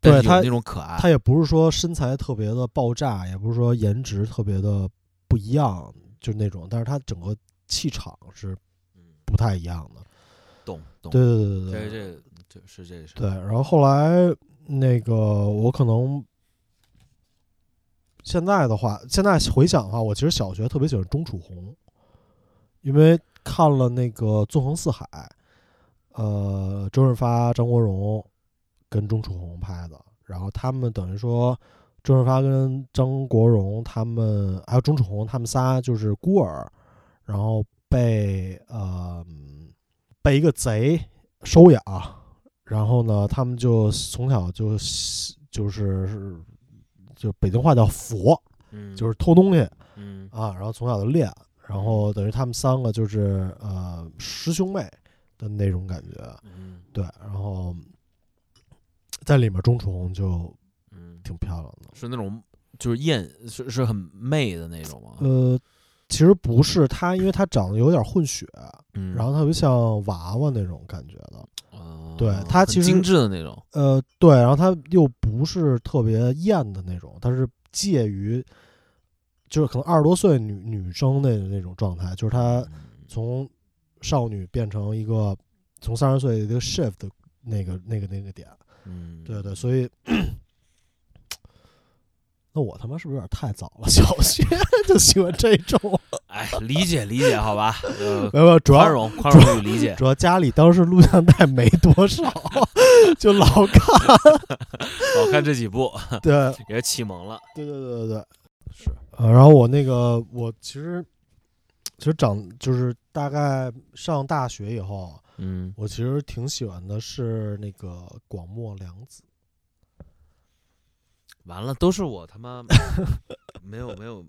C: 对
D: 但是有
C: 他
D: 那种可爱，
C: 她也不是说身材特别的爆炸，也不是说颜值特别的不一样，就那种，但是她整个气场是
D: 嗯
C: 不太一样的。
D: 懂懂，
C: 对对对对对
D: 这这这是这是
C: 对。然后后来那个我可能现在的话，现在回想的话，我其实小学特别喜欢钟楚红，因为看了那个《纵横四海》，呃，周润发、张国荣跟钟楚红拍的，然后他们等于说。周润发跟张国荣他们，还有钟楚红他们仨就是孤儿，然后被呃被一个贼收养，然后呢，他们就从小就就是就北京话叫佛，
D: 嗯，
C: 就是偷东西
D: 嗯
C: 啊，然后从小就练，然后等于他们三个就是呃师兄妹的那种感觉，
D: 嗯
C: 对，然后在里面钟楚红就
D: 嗯，
C: 挺漂亮的。
D: 是那种就是艳，是是很媚的那种吗？
C: 呃，其实不是他，因为他长得有点混血，
D: 嗯，
C: 然后特别像娃娃那种感觉的。
D: 哦
C: 对他
D: 很
C: 其实
D: 精致的那种，
C: 呃，对，然后他又不是特别艳的那种，他是介于就是可能二十多岁女女生的那种状态，就是他
D: 嗯
C: 从少女变成一个从三十岁的一个 shift 的那个那个那个点。
D: 嗯，
C: 对对，所以那我他妈是不是有点太早了？ 小学就喜欢这 种，
D: 哎，理解理解，好吧，呃，
C: 没有，主要
D: 宽容宽容与理解。
C: 主要家里当时录像带没多少， 就老看。
D: 好看这几部
C: 对
D: 也启蒙了，
C: 对对对对对，是。呃，然后我那个我其实其实长就是大概上大学以后，
D: 嗯，
C: 我其实挺喜欢的是那个广末凉子。
D: 完了，都是我 他妈没有没有，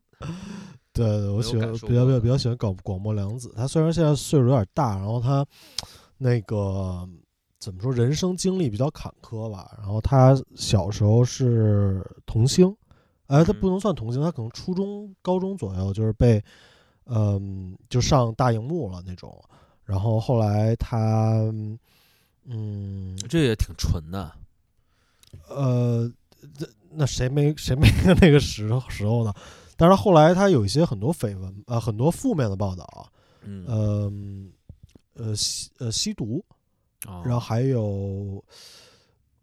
C: 对，对我
D: 有
C: 喜欢
D: 感受
C: 比较比
D: 过
C: 较
D: 的
C: 比较喜欢广广末凉子。她虽然现在岁数有点大，然后她那个怎么说，人生经历比较坎坷吧。然后她小时候是童星，哎，她
D: 嗯
C: 不能算童星，她可能初中、高中左右就是被嗯就上大荧幕了那种。然后后来她嗯
D: 这也挺纯的，
C: 呃，这那谁没谁没那个时候时候呢？但是后来她有一些很多绯闻，呃，很多负面的报道，
D: 嗯，
C: 嗯，呃吸呃吸毒，
D: 哦
C: 然后还有，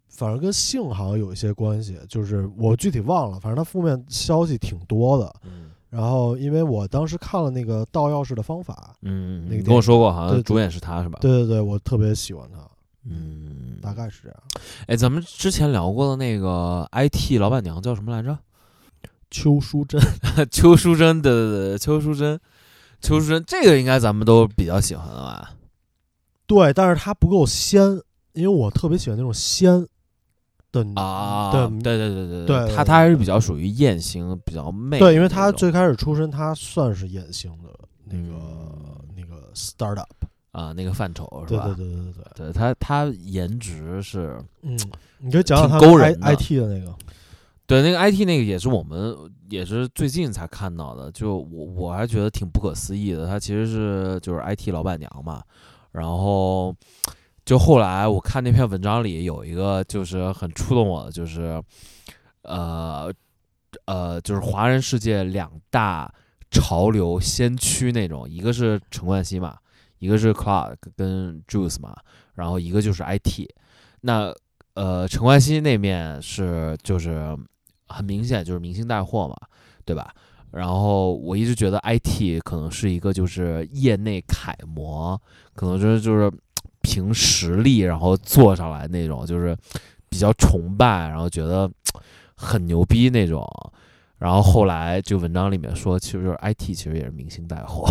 C: 反正跟性好像有一些关系，就是我具体忘了，反正它负面消息挺多的。
D: 嗯
C: 然后因为我当时看了那个《盗钥匙的方法
D: 嗯，
C: 那个
D: 你
C: 电
D: 跟我
C: 影
D: 说过，好
C: 对
D: 像
C: 对
D: 主演是他是吧》，？，
C: 对对对，我特别喜欢它，
D: 嗯，
C: 大概是这样。
D: 哎，咱们之前聊过的那个 IT 老板娘叫什么来着？
C: 邱淑贞，
D: 邱淑贞，对对对，邱淑贞，邱淑贞，这个应该咱们都比较喜欢的吧？
C: 对，但是她不够仙，因为我特别喜欢那种仙的女
D: 啊，
C: 的
D: 对对对对
C: 对对
D: 她她还是比较属于艳星，比较媚的那种。
C: 对，因为她最开始出身，她算是衍星的那个、
D: 嗯
C: 那个 startup，
D: 啊那个范畴是
C: 对
D: 吧？
C: 对对对对对。
D: 对她她颜值是
C: 嗯，你可以讲讲
D: 挺
C: 他
D: 勾
C: 们 I
D: 人的
C: I T 的那个，
D: 对那个 IT 那个也是我们也是最近才看到的，就我我还觉得挺不可思议的。她其实是就是 IT 老板娘嘛，然后就后来我看那篇文章里有一个就是很触动我的，就是呃呃，就是华人世界两大潮流先驱那种，一个是陈冠希嘛，一个是 Clark 跟 Juice 嘛，然后一个就是 IT。那呃，陈冠希那面是就是很明显就是明星带货嘛，对吧？然后我一直觉得 IT 可能是一个就是业内楷模，可能就是就是凭实力然后做上来那种，就是比较崇拜，然后觉得很牛逼那种。然后后来这个文章里面说，其实就是 IT 其实也是明星带货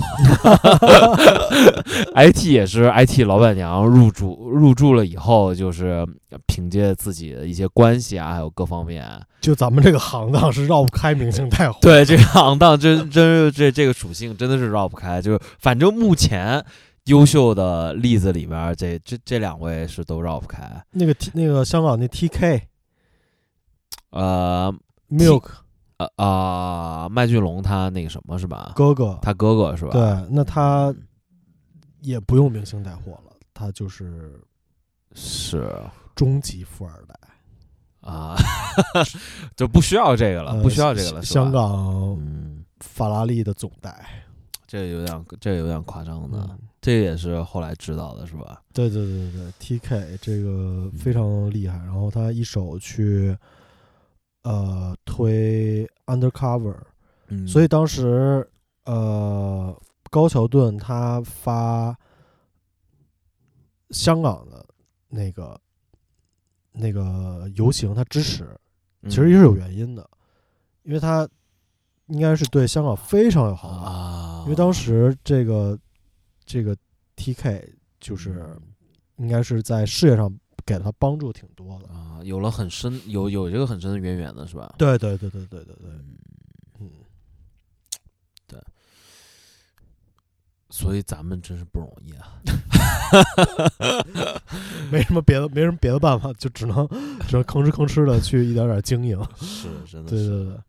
D: ，IT 也是 IT 老板娘入驻入驻了以后，就是凭借自己的一些关系啊，还有各方面，
C: 就咱们这个行当是绕不开明星带货。
D: 对，这个行当真真是这这个属性真的是绕不开，就是反正目前优秀的例子里边儿，这这这两位是都绕不开。
C: 那个 T 那个香港那 T K
D: 呃
C: Milk
D: 呃啊，麦浚龙他那个什么是吧？
C: 哥哥，
D: 他哥哥是吧？
C: 对，那他
D: 嗯
C: 也不用明星带货了，他就是
D: 是
C: 终极富二代，
D: 啊， 就不需要这个了，
C: 呃
D: 不需要这个了，是吧
C: 香，港
D: 嗯，
C: 法拉利的总代，
D: 这有点这有点夸张的，
C: 嗯，
D: 这也是后来知道的是吧？
C: 对对对对，T K 这个非常厉害，然后他一手去呃推 Undercover。
D: 嗯，
C: 所以当时呃，高桥盾他发香港的那个那个游行，他支持，
D: 嗯
C: 其实也是有原因的，因为他应该是对香港非常有好感，
D: 啊，
C: 因为当时这个这个 TK
D: 嗯
C: 就是应该是在事业上给了他帮助挺多的。
D: 啊，有了很深有有这个很深的渊源的是吧？
C: 对对对对对对对，
D: 嗯，
C: 嗯，
D: 所以咱们真是不容易啊。
C: 没什么别的，没什么别的办法，就只能只能吭哧吭哧的去一点点经营。
D: 是，真 的
C: 对
D: 是。
C: 对对，
D: 嗯，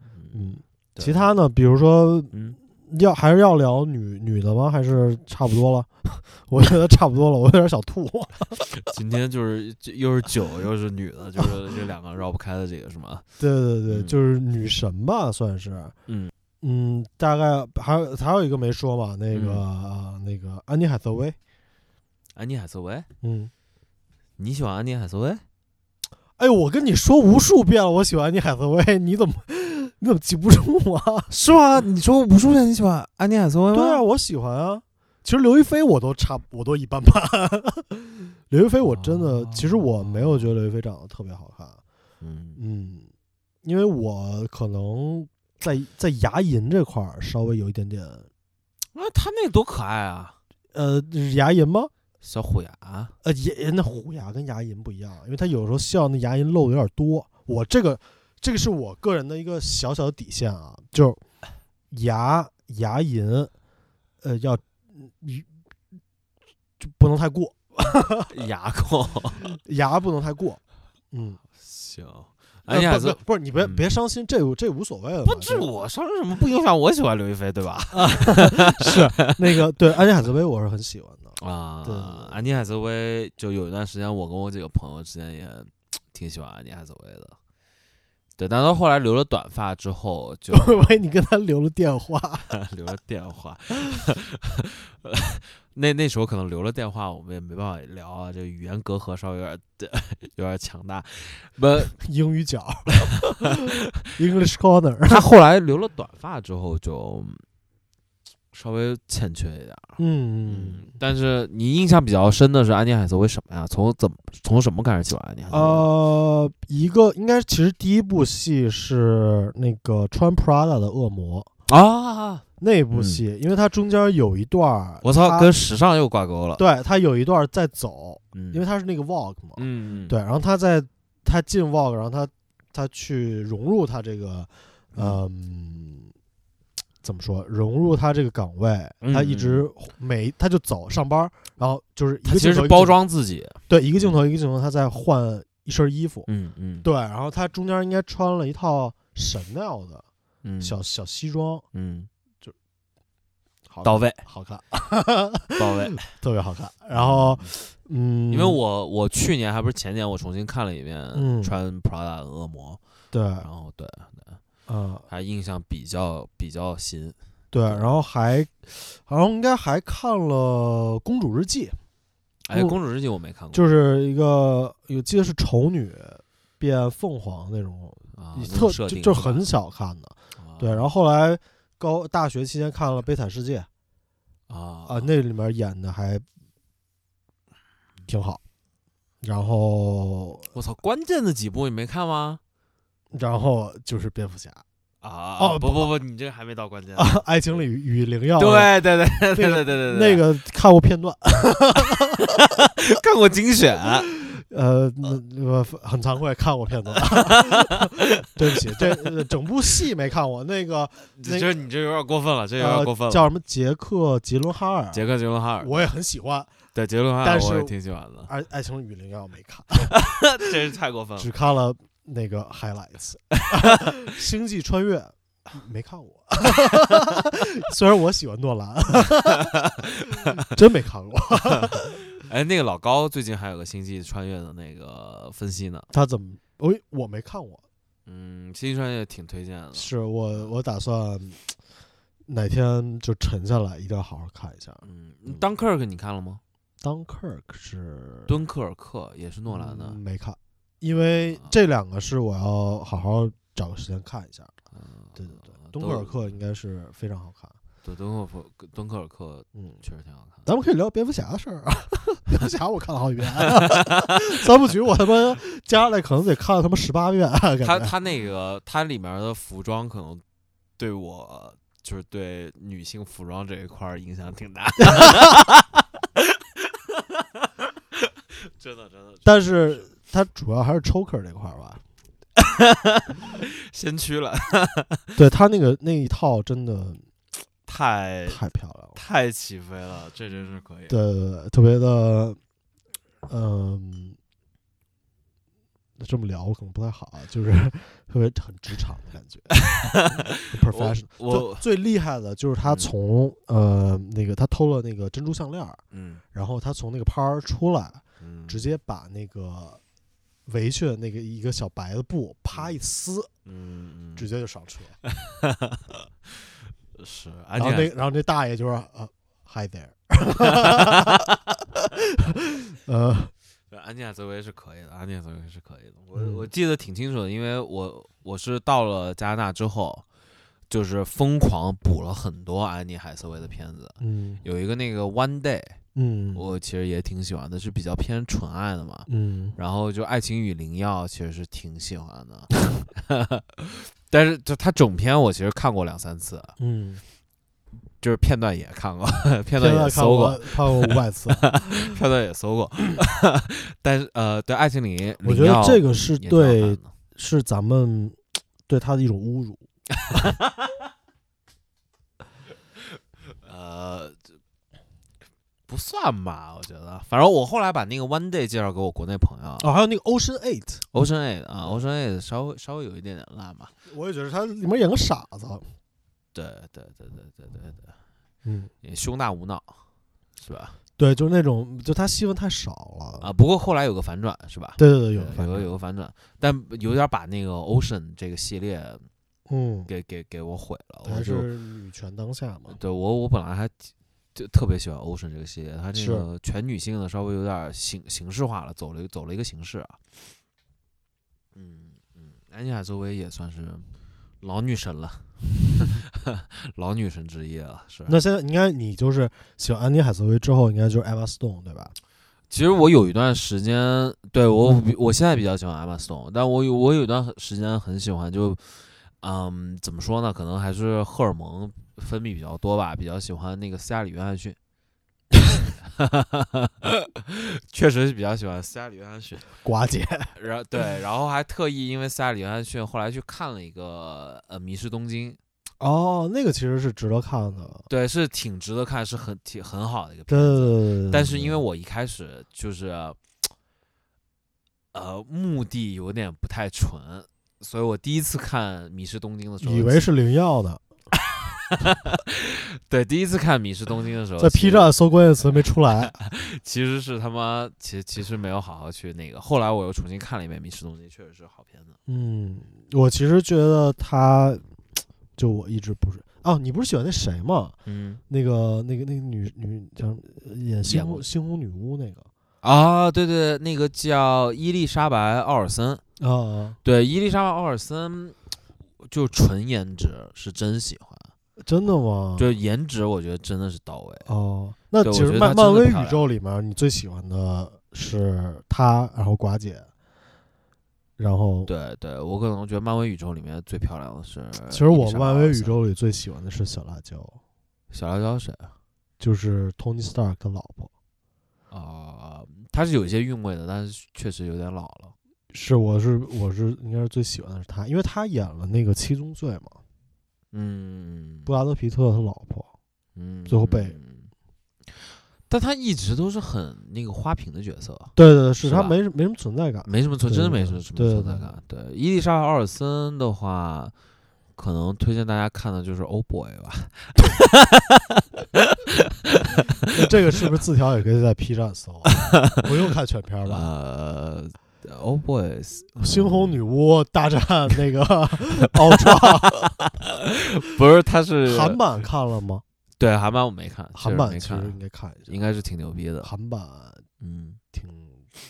C: 嗯，
D: 对
C: 其他呢？比如说，
D: 嗯，
C: 要还是要聊女女的吗？还是差不多了？ 我觉得差不多了，我有点想吐。
D: 今天就是就又是酒又是女的，就是这两个绕不开的这个是吗？
C: 对对对，
D: 嗯
C: 就是女神吧，算是。
D: 嗯
C: 嗯，大概还有还有一个没说嘛，那个、呃那个安妮海瑟薇。
D: 安妮海瑟薇，
C: 嗯，
D: 你喜欢安妮海瑟薇？
C: 哎，我跟你说无数遍了，我喜欢安妮海瑟薇，你怎么你怎么记不住啊？
D: 是吗？你说无数遍你喜欢安妮海瑟薇 吗？
C: 对啊，，我喜欢啊。其实刘亦菲我都差，我都一般般。 刘亦菲我真的，其实我没有觉得刘亦菲长得特别好看。
D: 嗯
C: 嗯，因为我可能在在牙龈这块儿稍微有一点点，
D: 啊，她那多可爱啊，
C: 呃，牙龈吗？
D: 小虎 牙。
C: 呃，也那虎牙跟牙龈不一样，因为他有时候笑那牙龈露的有点多。我这个这个是我个人的一个小小的底线啊，就是牙牙龈，呃，要嗯就不能太过，
D: 牙膏。
C: 牙不能太过。嗯，
D: 行，
C: 呃
D: 安妮海
C: 不
D: 瑟
C: 不不是你别
D: 嗯
C: 别伤心，这这无所谓了嘛。
D: 不
C: 这
D: 至于
C: 个
D: 我伤什么，不影响我喜欢刘亦菲，对吧？
C: 是那个对安妮海瑟薇，我是很喜欢的。
D: 啊
C: 对
D: 安妮海瑟薇就有一段时间，我跟我几个朋友之间也挺喜欢安妮海瑟薇的。对，但到后来留了短发之后， 就
C: 我以为你跟他留了电话，
D: 留了电话。 那那时候可能留了电话，我们也没办法聊啊，这语言隔阂稍微有点 有点强大。不，
C: 英语 角，English corner。
D: 他后来留了短发之后就稍微欠缺一点儿。
C: 嗯
D: 嗯，但是你印象比较深的是安妮海瑟薇什么呀？从怎么从什么开始喜欢安妮海瑟薇？
C: 呃，一个应该其实第一部戏是那个穿 Prada 的恶魔
D: 啊，
C: 那部
D: 嗯
C: 戏，因为它中间有一段儿，
D: 我操，
C: 它
D: 跟时尚又挂钩了。
C: 对它有一段儿在走，
D: 嗯，
C: 因为它是那个 Vogue 嘛，
D: 嗯，嗯
C: 对，，然后他在他进 Vogue，然后他他去融入他这个，嗯，怎么说？融入他这个岗位，他一直每他就走上班儿，然后就是一
D: 嗯他
C: 个
D: 其
C: 镜
D: 实
C: 头
D: 是
C: 一个
D: 包
C: 镜头，
D: 装自己。
C: 对，一个镜头一个镜头，他在换一身衣服，
D: 嗯嗯，
C: 对，然后他中间应该穿了一套 Chanel 的
D: 嗯，
C: 小小西装，
D: 嗯，
C: 好
D: 到位
C: 好看，
D: 到位。
C: 特别好看。然后，嗯，
D: 因为我我去年还不是前年，我重新看了一遍
C: 嗯
D: 穿 Prada 的恶魔，
C: 对，
D: 然后对，
C: 嗯，
D: 还印象比较比较新。
C: 对，然后还，然后应该还看了《公主日记》，
D: 哎，
C: 嗯
D: 公主日记我没看过，
C: 就是一个有记得是丑女变凤凰那种，
D: 啊，那
C: 特
D: 种设
C: 就
D: 定
C: 就是
D: 吧
C: 很小看的。
D: 啊
C: 对，然后后来高大学期间看了《悲惨世界》
D: 啊
C: 啊，那里面演的还
D: 嗯
C: 挺好。然后，
D: 我操，关键的几部你没看吗？
C: 然后就是蝙蝠 侠
D: 啊
C: 哦
D: 不不不，你这个还没到关键
C: 啊，《爱情里与灵药》
D: 对对对对对对对对，
C: 那个看过片段，
D: 看过精选，
C: 呃，那
D: 啊
C: 我很惭愧，看过片 段，对不起，这呃整部戏没看过。那个
D: 这这你这有点过分了，这有点
C: 呃
D: 过分了。
C: 叫什么杰克·杰伦哈尔，
D: 杰克·杰伦哈尔，
C: 我也很喜欢，
D: 对杰伦哈尔
C: 但是
D: 我也挺喜欢的，
C: 《爱爱情与灵药》没看，
D: 啊真是太过分了。
C: 只看了那个 highlights，《星际穿越》没看过， 虽然我喜欢诺 兰，真没看过。
D: 哎，那个老高最近还有个《星际穿越》的那个分析呢，
C: 他怎么？我我没看过，
D: 嗯，《星际穿越》挺推荐的。
C: 是我我打算哪天就沉下来，一定要好好看一下。
D: 嗯
C: 嗯，
D: 《敦刻尔克》你看了吗？
C: 当 Kirk 是
D: 敦刻尔克也是诺兰的啊
C: 嗯，没看，因为这两个是我要好好找个时间看一下。
D: 嗯，
C: 对对对，
D: 都
C: 敦刻尔克应该是非常好看。
D: 对敦刻尔克，敦刻尔克
C: 嗯，
D: 确实挺好 看的。
C: 咱们可以聊蝙蝠侠的事儿啊。蝙蝠侠我看了好几遍，啊 三部曲我他妈加起来可能得看了他妈十八遍，啊感
D: 他
C: 觉。
D: 他那个他里面的服装可能对我就是对女性服装这一块儿影响挺大。 真的真的，
C: 但是他主要还是 Choker 这块儿 吧，
D: 先驱了，
C: 对他那个那一套真的
D: 太
C: 太漂亮了，
D: 太起飞了，这真是可以。
C: 对对对，特别的，嗯，这么聊我可能不太好啊，就是特别很职场的感 觉很
D: 我
C: ，professional。
D: 我
C: 最最厉害的就是他
D: 嗯
C: 从呃那个他偷了那个珍珠项链儿，
D: 嗯
C: 然后他从那个趴儿出来，
D: 嗯，
C: 直接把那个围裙那个一个小白的布啪一撕，
D: 嗯嗯嗯
C: 直接就上车。
D: 是
C: 然
D: 安啊
C: 后那
D: 妮海
C: 然后那大爷就说呃 Hi there，呃。
D: 啊对安妮海瑟薇是可以的，安妮海瑟薇是可以的。我
C: 嗯
D: 我记得挺清楚的，因为我我是到了加拿大之后，就是疯狂补了很多安妮海瑟薇的片子。
C: 嗯
D: 有一个那个 One Day，
C: 嗯
D: 我其实也挺喜欢的，是比较偏纯爱的嘛。
C: 嗯
D: 然后就《爱情与灵药》其实是挺喜欢的， 但是就它整篇我其实看过两三次，
C: 嗯，
D: 就是片段也看过，
C: 现
D: 片段
C: 在
D: 也
C: 看
D: 搜过
C: 过，看过五百次，
D: 片段也搜过。 但是呃，对《爱情灵灵药》，
C: 我觉得这个是
D: 也挺好看
C: 对
D: 的
C: 是咱们对他的一种侮辱。
D: 呃，这不算吧，我觉得。反正我后来把那个 One Day 介绍给我国内朋友、
C: 哦，还有那个 Ocean Eight，
D: o c e a n Eight 啊，Ocean Eight 稍微稍微有一点点烂吧。
C: 我也觉得他里面演个傻子。
D: 对对对对对对对
C: 嗯，，
D: 也胸大无脑，是吧？
C: 对，就是那种，就他戏份太少了
D: 啊，。不过后来有个反转，是吧？
C: 对对哦对，有
D: 对
C: 反
D: 有
C: 正
D: 个有个反转，但有点把那个 Ocean 这个系列
C: 嗯，
D: 给给给我毁了。我
C: 还
D: 就是
C: 女权当下嘛。
D: 对我我本来还挺就特别喜欢 Ocean 这个系列，它这
C: 是
D: 个全女性的稍微有点形形式化了，走了一走了一个形式啊。嗯嗯，安妮海瑟薇也算是老女神了， 老女神之一了，是吧。
C: 那现在应该你就是喜欢安妮海瑟薇之后，应该就是 Emma Stone 对吧？
D: 其实我有一段时间，对我比我现在比较喜欢 Emma Stone，但我有我有一段时间很喜欢，就嗯，怎么说呢？可能还是荷尔蒙分泌比较多吧，比较喜欢那个斯嘉丽·约翰逊。 确实是比较喜欢斯嘉丽·约翰逊，
C: 寡姐，
D: 然后对，然后还特意因为斯嘉丽·约翰逊后来去看了一个呃《迷失东京》，
C: 哦，那个其实是值得看的。
D: 对，是挺值得看，是很挺很好的一个片
C: 对
D: 子。
C: 对对对对。
D: 但是因为
C: 我
D: 我一开始就是，呃，目的有点不太纯，所以我第一次看《迷失东京》的时候，
C: 以为是灵药呢，
D: 对，第一次看《迷失东京》的时候，
C: 在
D: 其
C: P
D: 实
C: 站搜关键词没出来。
D: 其实是他妈，其实其实没有好好去那个。后来我又重新看了一遍《迷失东京》，确实是好片子。
C: 嗯，我其实觉得他，就我一直不是哦，你不是喜欢那谁吗？
D: 嗯
C: 那个那个那个女女叫什么呃演猩
D: 过
C: 红猩红女巫那个
D: 啊，对对，那个叫伊丽莎白·奥尔森，
C: 啊，
D: 对，伊丽莎白·奥尔森就纯颜值是真喜欢，
C: 真的吗？
D: 就颜值我觉得真的是到位。
C: 哦，那
D: 对
C: 其
D: 我
C: 实
D: 觉得
C: 漫
D: 她真
C: 漫
D: 的
C: 威宇
D: 漂亮
C: 宙里面你最喜欢的是她，然后寡姐，然后
D: 对对，我可能觉得漫威宇宙里面最漂亮的是伊丽莎白奥尔森。
C: 其实我漫威宇宙里最喜欢的是小辣椒，
D: 小辣椒谁啊？
C: 就是 Tony Stark 的老婆，
D: 啊、她是有一些韵味的，但是确实有点老了。
C: 是我是我是应该是最喜欢的是她，因为她演了那个《七宗罪》嘛，
D: 嗯，
C: 布，拉德皮特他老婆。
D: 嗯，
C: 最后被
D: 嗯但她一直都是很那个花瓶的角色，
C: 对对对，是
D: 是
C: 他
D: 吧
C: 没什没什么存在感。
D: 没什么存，
C: 对
D: 真的
C: 对
D: 没
C: 对
D: 什么什么
C: 对
D: 存
C: 对
D: 在感。对，伊丽莎白·奥尔森的话，可能推荐大家看的就是《欧 boy》吧。
C: 那这个是不是字条也可以在 P 站搜啊？不用看全片儿 吧？
D: 呃，《欧 boy》
C: 猩红女巫大战那个 奥创
D: 不是，她是
C: 韩版看了吗？
D: 对韩版我没看，确
C: 韩
D: 实
C: 版
D: 没
C: 其实应
D: 看，
C: 该看一下，
D: 应该是挺牛逼的。
C: 韩版
D: 嗯
C: 挺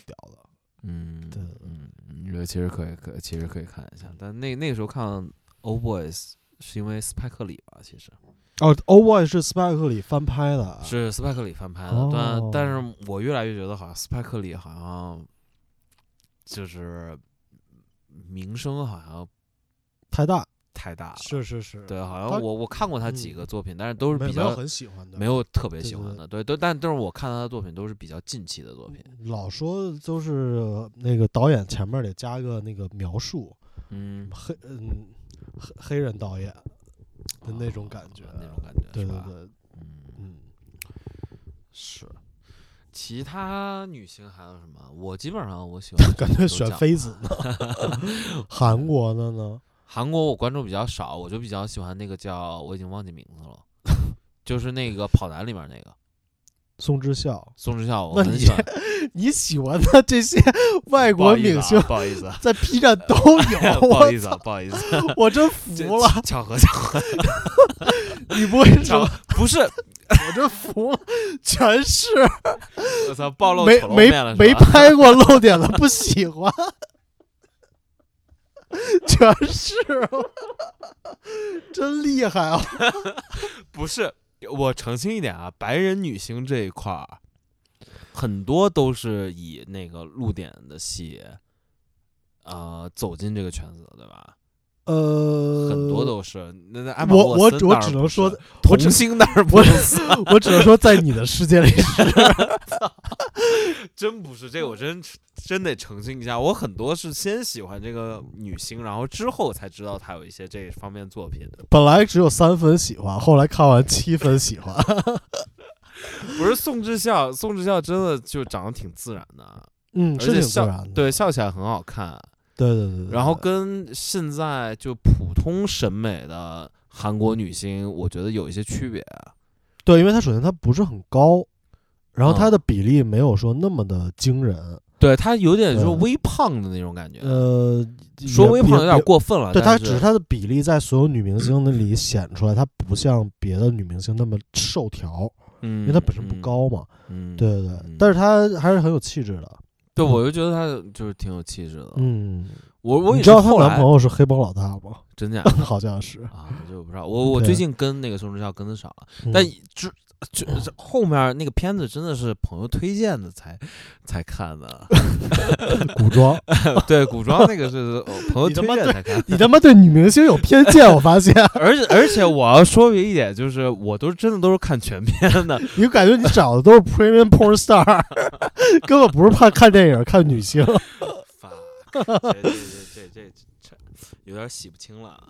C: 屌的。
D: 嗯，
C: 对
D: 嗯，嗯我其实可以可其实可以看一下，但那那个时候看《Old Boys》是因为斯派克里吧，其实
C: 哦，《o b o y 是斯派克里翻拍的，
D: 是斯派克里翻拍的，
C: 啊
D: 啊
C: 哦
D: 但但是我越来越觉得好像斯派克里好像就是名声好像
C: 太大，
D: 太大了，
C: 是是是，
D: 对，好像
C: 他
D: 我我看过他几
C: 嗯
D: 个作品，但是都是
C: 没
D: 比
C: 没有
D: 较
C: 很喜欢的，
D: 没有特别
C: 对
D: 喜
C: 对
D: 欢
C: 对
D: 的，对，都但但是我看他的作品都是比较近期的作品，
C: 老说就是那个导演前面得加个那个描述，
D: 嗯，
C: 黑嗯黑黑人导演的那种感觉，
D: 啊那种感觉，
C: 对
D: 是
C: 对
D: 吧
C: 对，
D: 嗯。
C: 嗯，
D: 是，其他女星还有什么？我基本上我喜欢
C: 感觉
D: 都
C: 选
D: 讲
C: 妃
D: 了
C: 子呢， 韩国的呢，
D: 韩国我关注比较少，我就比较喜欢那个叫我已经忘记名 字了，就是那个《跑男》里面那个
C: 宋智孝。
D: 宋智孝，我
C: 那
D: 很
C: 你
D: 喜欢。
C: 你喜欢的这些外
D: 不好
C: 国
D: 意思
C: 明
D: 啊
C: 星
D: 不好意思啊，
C: 在 B 站都有，
D: 不好
C: 我
D: 意思啊，不好意思啊，
C: 我 真
D: 这
C: 服了，
D: 巧合巧合
C: 你不会
D: 巧
C: 说
D: 合，不是，
C: 我真服了， 全是
D: 我操， 暴露
C: 没
D: 丑陋
C: 没
D: 面了是
C: 没
D: 吧？
C: 拍过露点的不喜欢， 全是，真厉害啊！
D: 不是，我澄清一点啊，白人女星这一块儿，很多都是以那个露点的戏，呃，走进这个圈子的，对吧？
C: 呃，
D: 很多都是。那那艾玛
C: 我
D: 沃
C: 我
D: 森
C: 我
D: 当
C: 只
D: 然
C: 能
D: 不
C: 说
D: 是，
C: 我只
D: 童 星当然不
C: 我
D: 是，
C: 我只能说，在你的世界里是
D: 真不是这个，我真真得澄清一下，我很多是先喜欢这个女星，然后之后才知道她有一些这方面作品。
C: 本来只有三分喜欢，后来看完七分喜欢。
D: 不是宋智孝，宋智孝真的就长得挺自然的，
C: 嗯，
D: 而
C: 是
D: 且
C: 挺自
D: 笑
C: 然的。
D: 对，笑起来很好看。啊
C: 对对对对。
D: 然后跟现在就普通审美的韩国女星，我觉得有一些区别。
C: 啊对，因为它首先它不是很高，然后它
D: 嗯
C: 的比例没有说那么的惊人。
D: 对她有点就是
C: 嗯
D: 微胖的那种感觉，
C: 呃，
D: 说
C: 也
D: 微胖有
C: 也
D: 点
C: 也
D: 过分了。
C: 对，它
D: 但
C: 只是它的比例在所有女明星的里显出来，它不像别的女明星那么瘦条，
D: 嗯，
C: 因为它本身不
D: 嗯，
C: 高嘛。
D: 嗯，
C: 对对对
D: 嗯，
C: 但是它还是很有气质的。
D: 对，我就觉得她就是挺有气质的。
C: 嗯，
D: 我我
C: 你
D: 也
C: 知
D: 是
C: 道她
D: 后
C: 男
D: 来
C: 朋友是黑帮老大吗？
D: 真假的
C: 好像是。
D: 啊，我就不知道。我我
C: 对
D: 最近跟那个宋智孝跟的少了，但
C: 嗯
D: 之就这后面那个片子真的是朋友推荐的才才 看的，
C: 嗯古装，
D: 对，古装那个是呃朋友
C: 你他
D: 推
C: 妈
D: 荐才看。
C: 你他妈对女明星有偏见，我发现，
D: 而且而且我要说一点，就是我都是真的都是看全片的，
C: 你感觉你找的都是 premium porn star，根本不是怕看电影看女星。
D: 发这这这这这有点洗不清了啊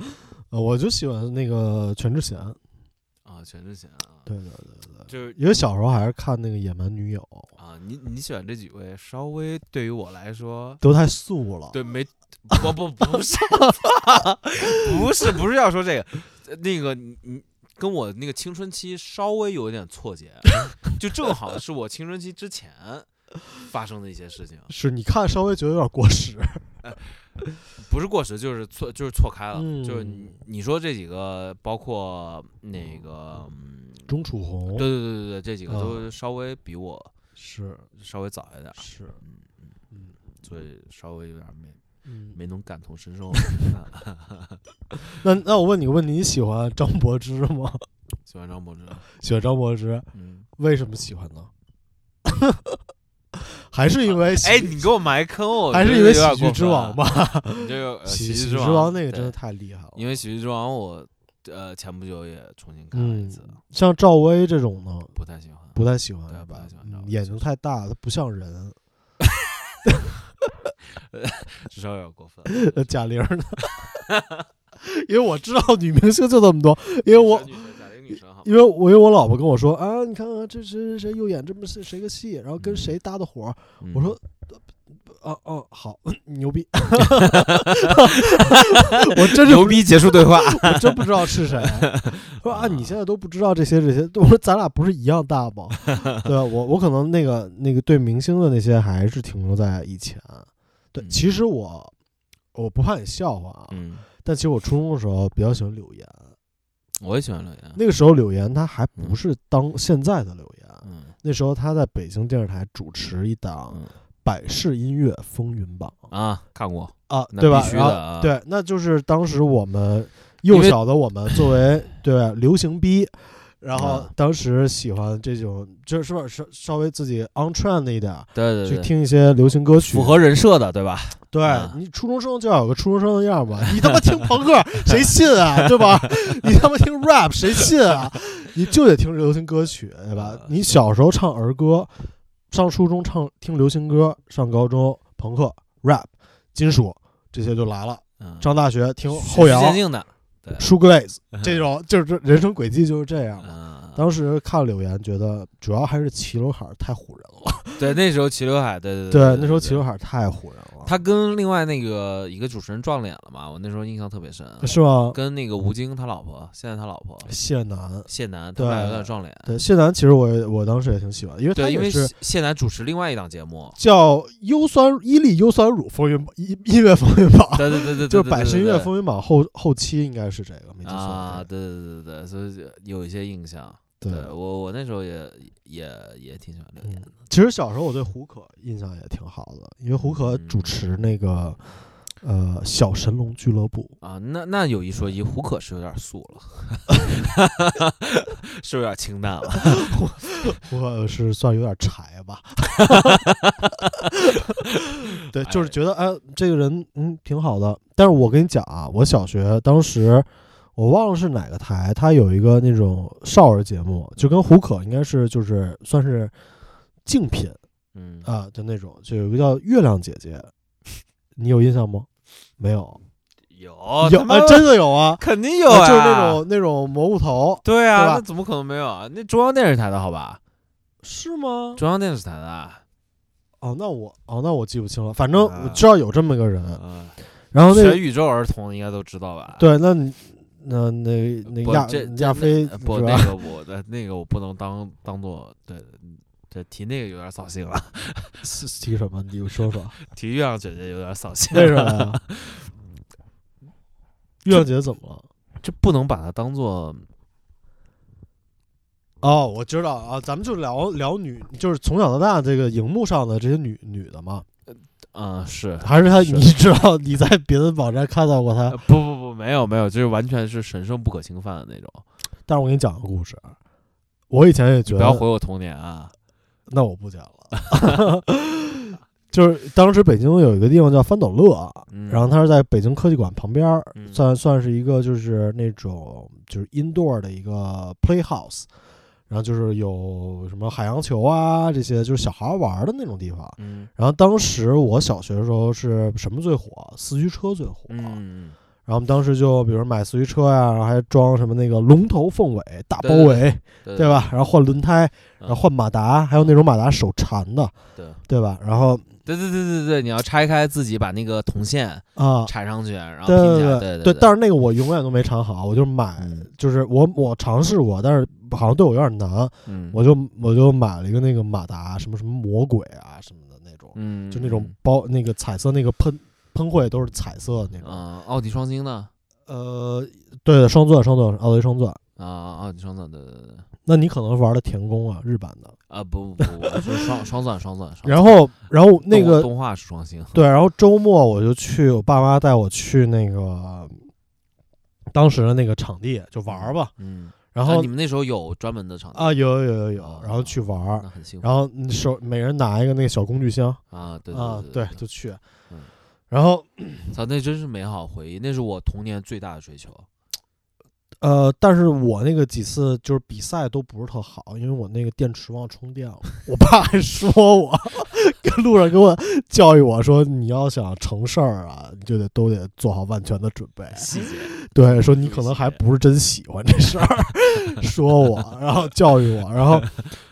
C: 呃我就喜欢那个全智贤，
D: 啊！全智贤啊，
C: 对对对对，
D: 就是
C: 因为小时候还是看那个《野蛮女友》，
D: 啊，你你选这几位，稍微对于我来说，
C: 都太素了。
D: 对，没，不不不是，不是不是要说这个，呃那个你你跟我那个青春期稍微有一点错节，就正好是我青春期之前发生的一些事情，
C: 是你看稍微觉得有点过时，
D: 不是过时就是错就是错开了，就是
C: 嗯
D: 你你说这几个，包括那个，嗯
C: 钟楚红
D: 对对对对对，这几个
C: 啊
D: 都稍微比我
C: 是
D: 稍微早一点儿，
C: 是，嗯
D: 所以稍微有点没
C: 嗯
D: 没能感同 身受 啊，
C: 那那我问你个问题，你喜欢张柏芝吗？
D: 喜欢张柏芝，
C: 喜欢张柏芝，
D: 嗯。
C: 为什么喜欢呢？ 还是因为喜
D: 哎，你给我埋坑，我
C: 还
D: 觉
C: 是
D: 得
C: 因为
D: 有点
C: 喜剧
D: 过
C: 之
D: 分
C: 王
D: 啊？
C: 吧？
D: 你这个 呃
C: 喜
D: 剧
C: 剧
D: 之
C: 之王那个真
D: 对
C: 的太厉害了。
D: 因为喜剧之王我呃前不久也重新看了一次，
C: 嗯像赵薇这种呢，
D: 不太喜欢。
C: 不太喜欢
D: 对
C: 是
D: 不
C: 吧
D: 太喜？欢赵
C: 嗯
D: 薇
C: 眼
D: 就
C: 睛
D: 是
C: 太大，她不像 人。
D: 至少有点过分。
C: 呃贾玲呢？ 因为我知道女明星就这么多，因为我
D: 女神贾玲女神好吗
C: 因为我因为我老婆跟我说啊，你看看这谁谁谁又演这么谁谁个戏，然后跟谁搭的伙儿，
D: 嗯
C: 我说。哦哦，好 牛 逼！我真是
D: 牛逼，结束对话。
C: 我真不知道是谁。说啊，你现在都不知道这些这些，我说咱俩不是一样大吗？对吧？我我可能那个那个对明星的那些还是停留在以前。对，
D: 嗯
C: 其实我我不怕你笑话啊，
D: 嗯，
C: 但其实我初中的时候比较喜欢柳岩，
D: 我也喜欢柳岩。啊
C: 那个时候柳岩她还不是当现在的柳岩，
D: 嗯
C: 那时候她在北京电视台主持一档
D: 嗯
C: 《百事音乐风云榜》
D: 啊，看过，
C: 啊，
D: 那
C: 对吧
D: 必？须
C: 然
D: 的
C: 后
D: 啊。，
C: 对，那就是当时我们幼
D: 因为
C: 小的我们作 为对流行逼。然后
D: 啊
C: 当时喜欢这种，就是是吧，稍稍微自己 on trend 一点，
D: 对
C: 去
D: 对对，
C: 听一些流行歌曲，
D: 符合人设的对吧？
C: 对、
D: 啊
C: 你初中生就要有个初中生的样儿吧？ 你他妈听朋克谁信啊？对吧？ 你他妈听 rap 谁信啊？你就得听流行歌曲，对吧
D: 呃？
C: 你小时候唱儿歌，上初中唱听流行歌，上高中朋克、rap、金属这些就来了。
D: 嗯，
C: 上大学听
D: 循
C: 后
D: 序
C: 摇
D: 渐、进的，对
C: s u g l a z e 这种，就是这人生轨迹就是这样的。
D: 嗯，
C: 当时看柳岩，觉得主要还是齐刘海儿太唬人了。
D: 对那时候齐刘海，对 对
C: 对
D: 对，，
C: 那时候
D: 对
C: 齐刘海儿太唬人了。
D: 他跟另外那个一个主持人撞脸了嘛，我那时候印象特别深。
C: 是吗？
D: 跟那个吴京他老婆，现在他老婆
C: 谢楠。
D: 谢楠，他们俩有点撞脸。
C: 对，谢楠其实我也我当时也挺喜欢的，因为他
D: 对，因
C: 也
D: 为
C: 是，
D: 谢谢楠主持另外一档节目
C: 叫优酸伊利优酸乳风云榜音音乐风云榜，
D: 对对对 对，
C: 就是百事音乐
D: 风
C: 风云榜后后期应该是这个，没记错
D: 啊，对对对对，所以就有一些印象。
C: 对，
D: 我我那时候也也也挺喜欢刘烨
C: 嗯，其实小时候我对胡可印象也挺好的，因为胡可主持那个呃小神龙俱乐部，
D: 啊，那那有一说一，胡可是有点素了， 是有点清淡了。
C: 我是算有点柴吧。对，就是觉得哎，这个人嗯挺好的。但是我跟你讲啊，我小学当时我忘了是哪个台，它有一个那种少儿节目，就跟胡可应该是就是算是竞品
D: 嗯
C: 啊的那种，就有一个叫月亮姐姐，你有印象吗？没有，
D: 有
C: 有
D: 他妈
C: 啊，真的有 啊，
D: 肯定有
C: 啊
D: 啊，
C: 就是那种那种蘑菇头，
D: 对
C: 对
D: 啊，
C: 吧
D: 那怎么可能没有啊？那中央电视台的好吧？
C: 是吗？
D: 中央电视台的啊，
C: 哦，那我哦，那我记不清了，反正
D: 啊
C: 我知道有这么个人。
D: 嗯，
C: 然后那
D: 全
C: 个
D: 宇宙儿童应该都知道吧？
C: 对，那你那那那
D: 不
C: 亚
D: 这
C: 亚飞
D: 呃
C: 是
D: 不，
C: 吧？
D: 那个我的那个我不能当当做对。对，提那个有点扫兴了，
C: 是提什么？你说说，
D: 提月亮姐姐有点扫兴。
C: 为什么 呀？月亮姐怎么了？
D: 就不能把它当做
C: 哦，我知道啊，咱们就聊聊女，就是从小到大这个荧幕上的这些女女的嘛，
D: 嗯是
C: 还是她？
D: 是
C: 你知道你在别的网站看到过她
D: 呃？不不不，没有没有，就是完全是神圣不可侵犯的那种。
C: 但是我给你讲个故事，啊我以前也觉
D: 不
C: 得
D: 要毁我童年啊！
C: 那我不讲了。 就是当时北京有一个地方叫翻斗乐，
D: 嗯
C: 然后它是在北京科技馆旁边儿，
D: 嗯
C: 算算是一个就是那种就是 indoor 的一个 playhouse，然后就是有什么海洋球啊这些，就是小孩儿玩儿的那种地方。
D: 嗯
C: 然后当时我小学的时候是什么最火？四驱车最火。
D: 嗯，
C: 然后我们当时就比如买四驱车呀、然后还装什么那个龙头凤尾、大包
D: 对对
C: 围，
D: 对
C: 对？吧？然后换轮胎，
D: 嗯
C: 然后换马达，还有那种马达手缠的，
D: 对
C: 对吧？然后
D: 对对对对对，你要拆开自己把那个铜线
C: 啊，
D: 缠上去，然后
C: 对
D: 拼起来。
C: 对
D: 对
C: 对，
D: 对，
C: 但是那个我永远都没缠好，我就买，
D: 嗯
C: 就是我我尝试过，但是好像对我有点难，
D: 嗯
C: 我就我就买了一个那个马达，什么什么魔鬼啊什么的那种，
D: 嗯
C: 就那种包那个彩色那个喷喷绘都是彩色的那种，
D: 啊，奥迪双星呢
C: 呃，对对，双钻双钻奥迪双钻，
D: 啊，奥迪双钻，对对对对，
C: 那你可能玩的田宫啊，日版的，
D: 啊不不不，我说双双钻双钻，
C: 然后然后那个
D: 动画是双星，
C: 对，然后周末我就去，我爸妈带我去那个当时的那个场地就玩儿吧。
D: 嗯，
C: 然后
D: 你们那时候有专门的场地
C: 啊，，有有有有，然后去玩儿，
D: 那很幸福
C: 然后你手每人拿一个那个小工具箱
D: 啊，对
C: 啊，
D: 对，
C: 就去
D: 嗯。
C: 然后
D: 操，那真是美好回忆，那是我童年最大的追求。
C: 呃，但是我那个几次就是比赛都不是特好，因为我那个电池忘充电了，我爸还说我，跟路上给我教育我说，你要想成事儿啊，你就得都得做好万全的准备。
D: 细节，
C: 对，说你可能还不是真喜欢这事儿， 说我，然后教育我，然 后，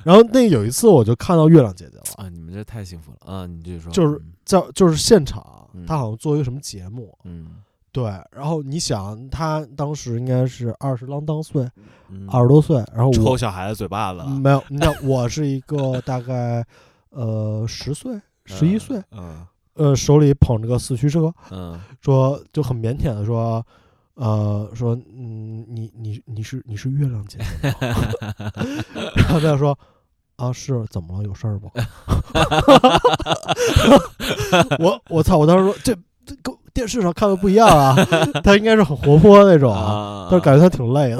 C: 然后那有一次我就看到月亮姐姐了，
D: 啊，你们这太幸福了啊！你继续说，
C: 就是叫就是现场
D: 嗯，
C: 她好像做一个什么节目，
D: 嗯，
C: 对，然后你想她当时应该是二十啷当岁，
D: 嗯
C: 二十嗯多岁，然后
D: 抽
C: 我
D: 小孩子嘴巴子了，啊嗯
C: 没有，那我是一个大概呃十岁。十一岁，
D: 嗯
C: 呃，手里捧着个四驱车，
D: 嗯
C: 说就很腼腆的说，呃，说嗯，你你你是你是月亮姐姐然后他就说：“啊，是怎么了？有事儿吗？” 我我操！我当时说这这跟电视上看的不一样啊，他应该是很活泼那
D: 嗯
C: 种啊，但是感觉他挺累的，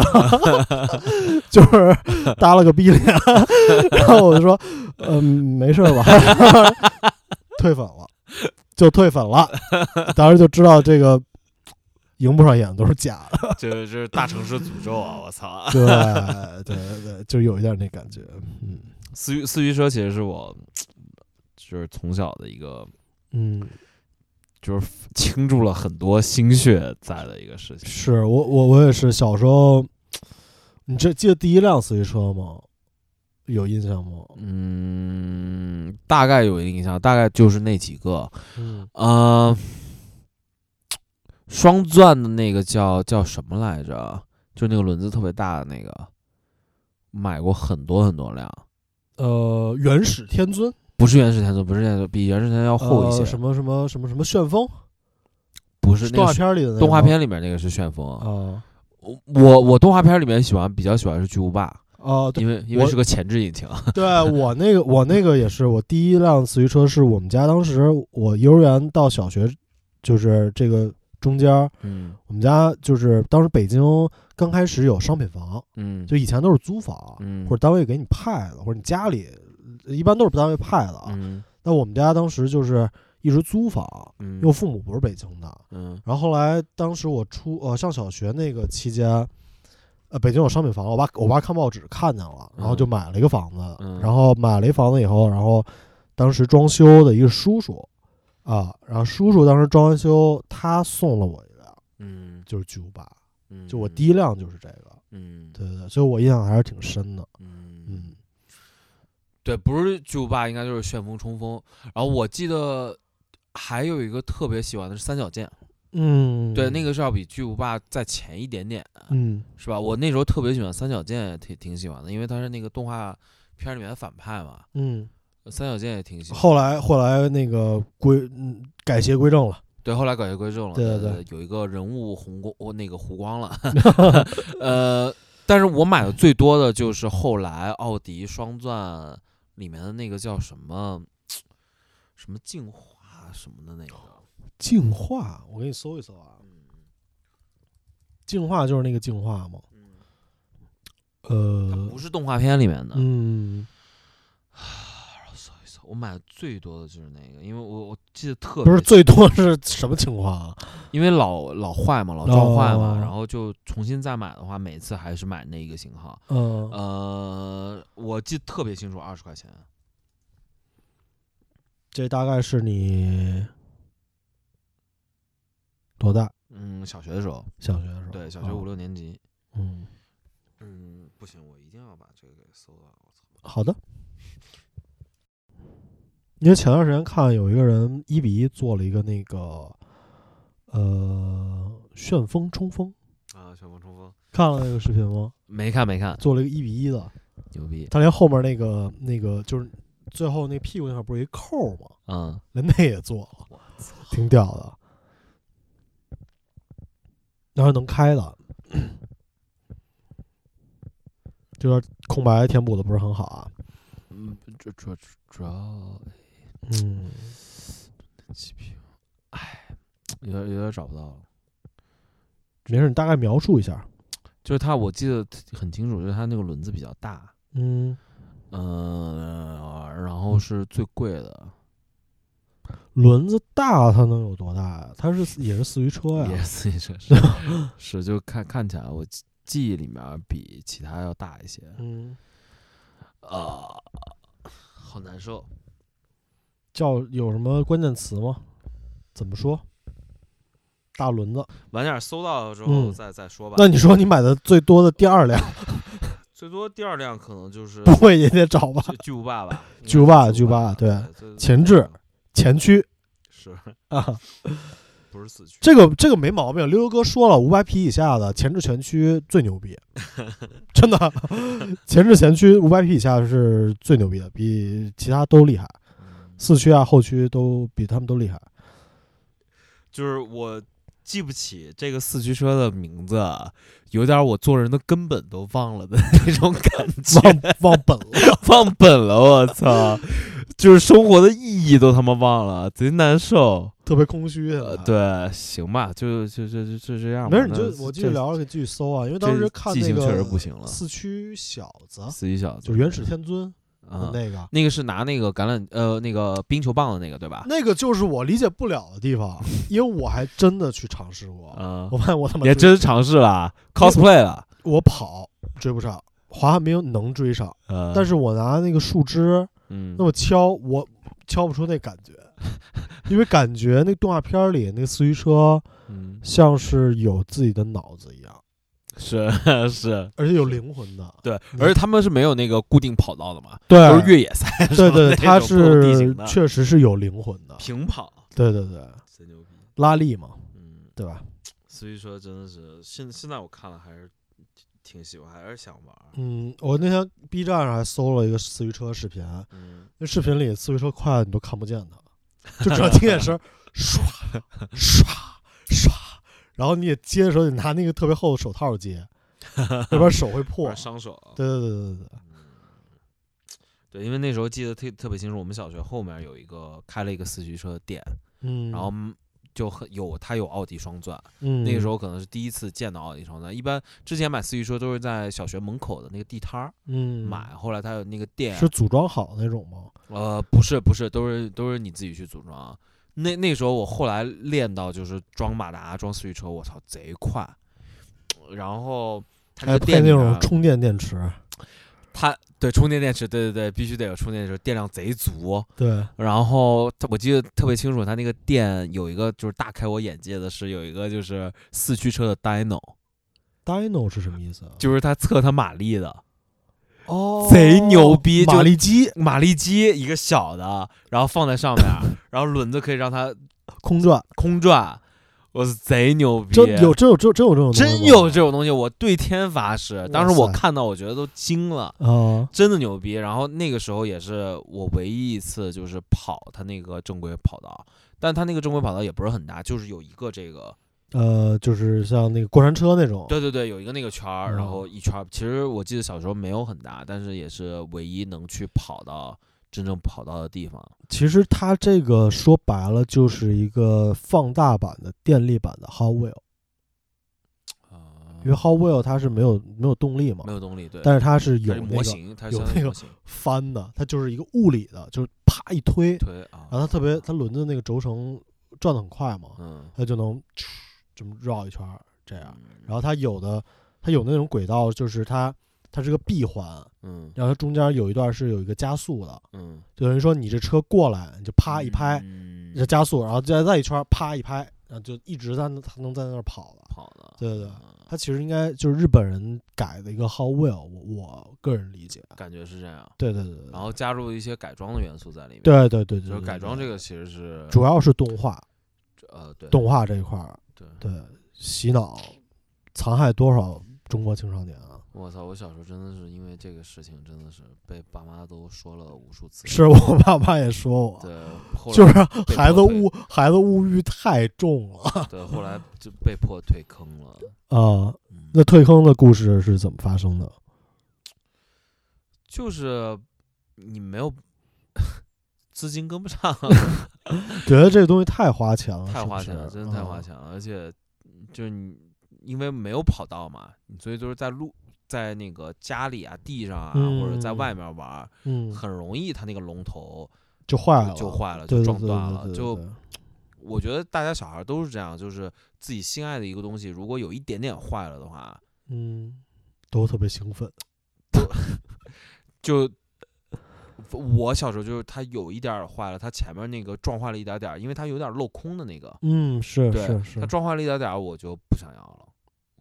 C: 就是耷拉个逼 脸。然后我就说：“嗯，没事儿吧？” 退粉了，就退粉了。当时就知道这个荧幕上演的都是假 的。
D: 这这是大城市诅咒啊！我 操，
C: 对对对对，就有一点那感觉。嗯
D: 四驱四驱车其实是我就是从小的一个
C: 嗯。
D: 就是倾注了很多心血在的一个事情。
C: 是我我我也是小时候，你这记得第一辆四驱车吗？有印象吗？
D: 嗯，大概有一个印象，大概就是那几个，
C: 嗯，
D: 呃，双钻的那个叫叫什么来着？就那个轮子特别大的那个，买过很多很多辆，
C: 呃，原始天尊
D: 不是原始天尊，不是原始天尊，比原始天尊要厚一些。
C: 呃什么什么什么什么旋风，
D: 不是那
C: 动
D: 个
C: 画
D: 是
C: 片里的那个
D: 动画
C: 吗
D: 片里面那个是旋风。
C: 啊
D: 我我我动画片里面喜欢比较喜欢是巨无霸，
C: 哦，对
D: 因为因为
C: 我
D: 是个前置引 擎。
C: 对，啊我那个我那个也是，我第一辆四驱车是我们家当时我幼儿园到小学就是这个中间儿，
D: 嗯
C: 我们家就是当时北京刚开始有商品房，
D: 嗯，
C: 就以前都是租房，
D: 嗯
C: 或者单位给你派的，或者你家里一般都是单位派的啊。
D: 嗯
C: 那我们家当时就是一直租房，
D: 嗯
C: 因为我父母不是北京的。
D: 嗯
C: 然后后来当时我初呃上小学那个期间，呃北京有商品房，我爸我爸看报纸看见了，然后就
D: 嗯
C: 买了一个房子，
D: 嗯
C: 然后买了一房子以后，然后当时装修的一个叔叔啊，然后叔叔当时装完修，他送了我一辆，
D: 嗯
C: 就是巨无霸，
D: 嗯，
C: 就我第一辆就是这个，
D: 嗯
C: 对对对，所以我印象还是挺深的，
D: 嗯
C: 嗯，
D: 对，不是巨无霸，应该就是旋风冲锋。然后我记得还有一个特别喜欢的是三角剑，
C: 嗯，
D: 对，那个是要比巨无霸再前一点点，
C: 嗯
D: 是吧？我那时候特别喜欢三角剑，挺挺喜欢的，因为它是那个动画片里面的反派嘛。
C: 嗯，
D: 三角剑也挺喜欢，
C: 后来后来那个归嗯改邪归正了，
D: 对，后来改邪归正了，
C: 对对
D: 对有一个人物红光，哦，那个湖 光了，呃，但是我买的最多的就是后来奥迪双钻里面的那个叫什么什么净化什么的那个，
C: 净化，我给你搜一搜啊。净化就是那个净化吗？
D: 嗯它
C: 呃
D: 不，是动画片里面的。
C: 嗯，
D: 我买的最多的就是那个，因为我我记得特别
C: 不是最多是什么情况啊？
D: 因为老老坏嘛，老撞坏嘛，
C: 哦
D: 然后就重新再买的话，每次还是买那一个型号。
C: 嗯、
D: 呃，我记得特别清楚，二十块钱。
C: 这大概是你多大？
D: 嗯，小学的时候，
C: 小学的时候？
D: 对，小学五
C: 六。
D: 六年级。
C: 嗯，
D: 嗯，不行，我一定要把这个给搜到。我操！
C: 好的。因为前段时间看有一个人一比一做了一个那个呃旋风冲锋，
D: 啊，旋风冲锋
C: 看了那个视频吗？
D: 没看没看，
C: 做了一个一比一的，
D: 牛逼。
C: 他连后面那个那个就是最后那屁股那块儿不是有一扣吗？
D: 嗯，
C: 连那也做了，
D: 我操！
C: 挺屌的。然后能开的，就是空白填补的不是很好啊。
D: 嗯，主主主要
C: 嗯，
D: CPU，哎，有点有点找不到了。
C: 没事，你大概描述一下。
D: 就是它，我记得很清楚，就是它那个轮子比较大，
C: 嗯，
D: 嗯，然后是最贵的，
C: 轮子大它能有多大呀？它是也是四驱车
D: 也
C: 呀。
D: 是也是 是是，就看看起来我记记忆里面比其他要大一些，
C: 嗯，
D: 啊，好难受。
C: 叫有什么关键词吗？怎么说？大轮子。
D: 晚点搜到了之
C: 嗯
D: 后再再说吧。
C: 那你说你买的最多的第二辆，
D: 最多第二辆可能就是
C: 不会也得找吧？
D: 就巨无霸吧，应该
C: 巨无霸
D: 是
C: 巨无霸对
D: 对，最
C: 前置 前驱
D: 是
C: 啊，
D: 不是四驱？
C: 这个这个没毛病。溜溜哥说了，五百匹以下的前置前驱最牛 逼，真的，前置前驱五百匹以下是最牛逼的，比其他都厉害，
D: 嗯
C: 四驱啊后驱都比他们都厉害。
D: 就是我记不起这个四驱车的名字，啊有点我做人的根本都忘了的那种感觉，
C: 忘忘本了，
D: 忘本了，我操！就是生活的意义都他妈忘了，贼难受。
C: 特别空虚。啊
D: 呃，，对，行吧，就就就就就这样吧。
C: 没事，你
D: 那
C: 就我继续
D: 这，
C: 聊，可以继续搜啊，因为当时
D: 这
C: 看
D: 记
C: 那
D: 性
C: 个
D: 确实不行了
C: 四驱小子
D: 四驱小子
C: 就是原始天尊
D: 啊。
C: 那个。
D: 那个是拿那个橄榄呃那个冰球棒的那个对吧？
C: 那个就是我理解不了的地方，因为我还真的去尝试过，
D: 啊
C: 我，发现我他妈
D: 也
C: 追
D: 真尝试了，cosplay 了。
C: 我跑追不上，滑旱冰能追上，
D: 呃，
C: 但是我拿那个树枝
D: 嗯，
C: 那么敲，我敲不出那感觉，因为感觉那动画片儿里那个四驱车
D: 嗯
C: 像是有自己的脑子一样，
D: 是是，
C: 而且有灵魂的。
D: 对，
C: 嗯
D: 而且他们是没有那个固定跑道的嘛，
C: 对
D: 都是越野赛，什
C: 对
D: 么
C: 对，
D: 那
C: 它
D: 种不同地
C: 是
D: 形的
C: 确实是有灵魂的。
D: 平跑，
C: 对对对，
D: 贼牛逼。
C: 拉力嘛，
D: 嗯，
C: 对吧？
D: 所以说真的是现现在我看了还是挺喜欢，还是想玩儿。
C: 嗯，我那天 B 站上还搜了一个四驱车视频，
D: 嗯，
C: 那视频里四驱车快的你都看不见 它，就只要听见声儿唰唰唰，然后你也接的时候得拿那个特别厚的手套接， 要不然手会破
D: 玩。伤手。啊嗯
C: 对对对对对对，
D: 对，因为那时候记得特特别清楚，我们小学后面有一个开了一个四驱车店，
C: 嗯，
D: 然后就很有它有奥迪双钻，
C: 嗯，
D: 那个时
C: 候，
D: 候可能是第一次见到奥迪双钻。一般之前买思域车都是在小学门口的那个地摊儿
C: 嗯，
D: 买，后来它有那个店，
C: 是组装好那种吗？
D: 呃，不是不是，都是都是你自己去组装啊。那那时候我后来练到就是装马达、装思域车，我操，贼快。然后它那
C: 还
D: 个
C: 配
D: 店里
C: 那
D: 边
C: 种
D: 儿
C: 充电电池，
D: 它对充电电池，对对对，必须得有充电电池，电量贼足。
C: 对，
D: 然后它我记得特别清楚，它那个店有一个就是大开我眼界的是有一个就是四驱车的 dyno，
C: Dyno 是什么意思啊？
D: 就是它测它马力的
C: 哦
D: 贼牛逼就
C: 马力机
D: 马力机，一个小的，然后放在上 面儿，然后轮子可以让它
C: 空转，
D: 空转，我是贼牛逼，
C: 真有真有真真有这种东西吗
D: 真有这种东西，我对天发誓。当时我
C: 塞
D: 看到，我觉得都惊了，
C: 啊，
D: 真的牛逼。然后那个时候也是我唯一一次就是跑他那个正规跑道，但他那个正规跑道也不是很大，就是有一个这个，
C: 呃，就是像那个过山车那种，
D: 对对对，有一个那个圈儿，
C: 嗯
D: 然后一圈儿。其实我记得小时候没有很大，但是也是唯一能去跑到真正跑道的地方。
C: 其实它这个说白了就是一个放大版的电力版的 Hot Wheel，因为 Hot Wheel 它是没有没有动力嘛
D: 嗯没，有动力，对，
C: 哦但是它是有
D: 它是
C: 那
D: 模
C: 个
D: 型，它
C: 有
D: 相
C: 那
D: 当于
C: 个
D: 模型
C: 翻的，它就是一个物理的，就是啪一推，
D: 推啊，
C: 然后它特别它轮子那个轴承转的很快嘛，
D: 嗯，
C: 它就能这么绕一圈儿这样。
D: 嗯
C: 然后它有的它有那种轨道，就是它它是个闭环，
D: 嗯
C: 然后它中间有一段是有一个加速的，
D: 嗯，
C: 就等于说你这车过来，你就啪一拍，
D: 嗯，
C: 你就加速，然后再再一圈儿啪一拍，然后就一直在那它能在那儿跑了。
D: 跑的，
C: 对对对
D: 嗯
C: 它其实应该就是日本人改的一个 How Will，我我个人理解。
D: 感觉是这样。
C: 对对对对，
D: 然后加入一些改装的元素在里面，，
C: 对对对对，
D: 哦就是
C: 对
D: 改装这
C: 对
D: 个其实是
C: 主要是动画，
D: 呃对
C: 动画这一块儿，
D: 对，
C: 对洗脑残害多少中国青少年啊！
D: 我操！我小时候真的是因为这个事情，真的是被爸妈都说了无数次。
C: 是我爸妈也说我，
D: 对，后来
C: 就是
D: 被
C: 孩子
D: 迫退
C: 物孩子物欲太重了啊、
D: 对，后来就被迫退坑了。嗯，
C: 那退坑的故事是怎么发生的？
D: 就是你没有 资金跟不上，啊
C: 觉得这东西太花钱了，
D: 太
C: 是不
D: 花
C: 是
D: 钱了，真的太花。
C: 啊
D: 钱了。而且就是你因为没有跑道嘛，所以就是在路在那个家里啊、地上啊，或者在外
C: 嗯
D: 面玩儿，
C: 嗯，
D: 很容易它那个龙头
C: 就坏了，
D: 就坏了，
C: 对
D: 就
C: 对
D: 撞
C: 对
D: 断
C: 对
D: 了。
C: 对
D: 就
C: 对对
D: 我觉得大家小孩都是这样，就是自己心爱的一个东西，如果有一点点坏了的话，
C: 嗯，都特别兴奋。
D: 就我小时候就是它有一点儿坏了，它前面那个撞坏了一点点儿，因为它有点儿镂空的那个，
C: 嗯，是
D: 对
C: 是是
D: 它。撞坏了一点点儿，我就不想要了，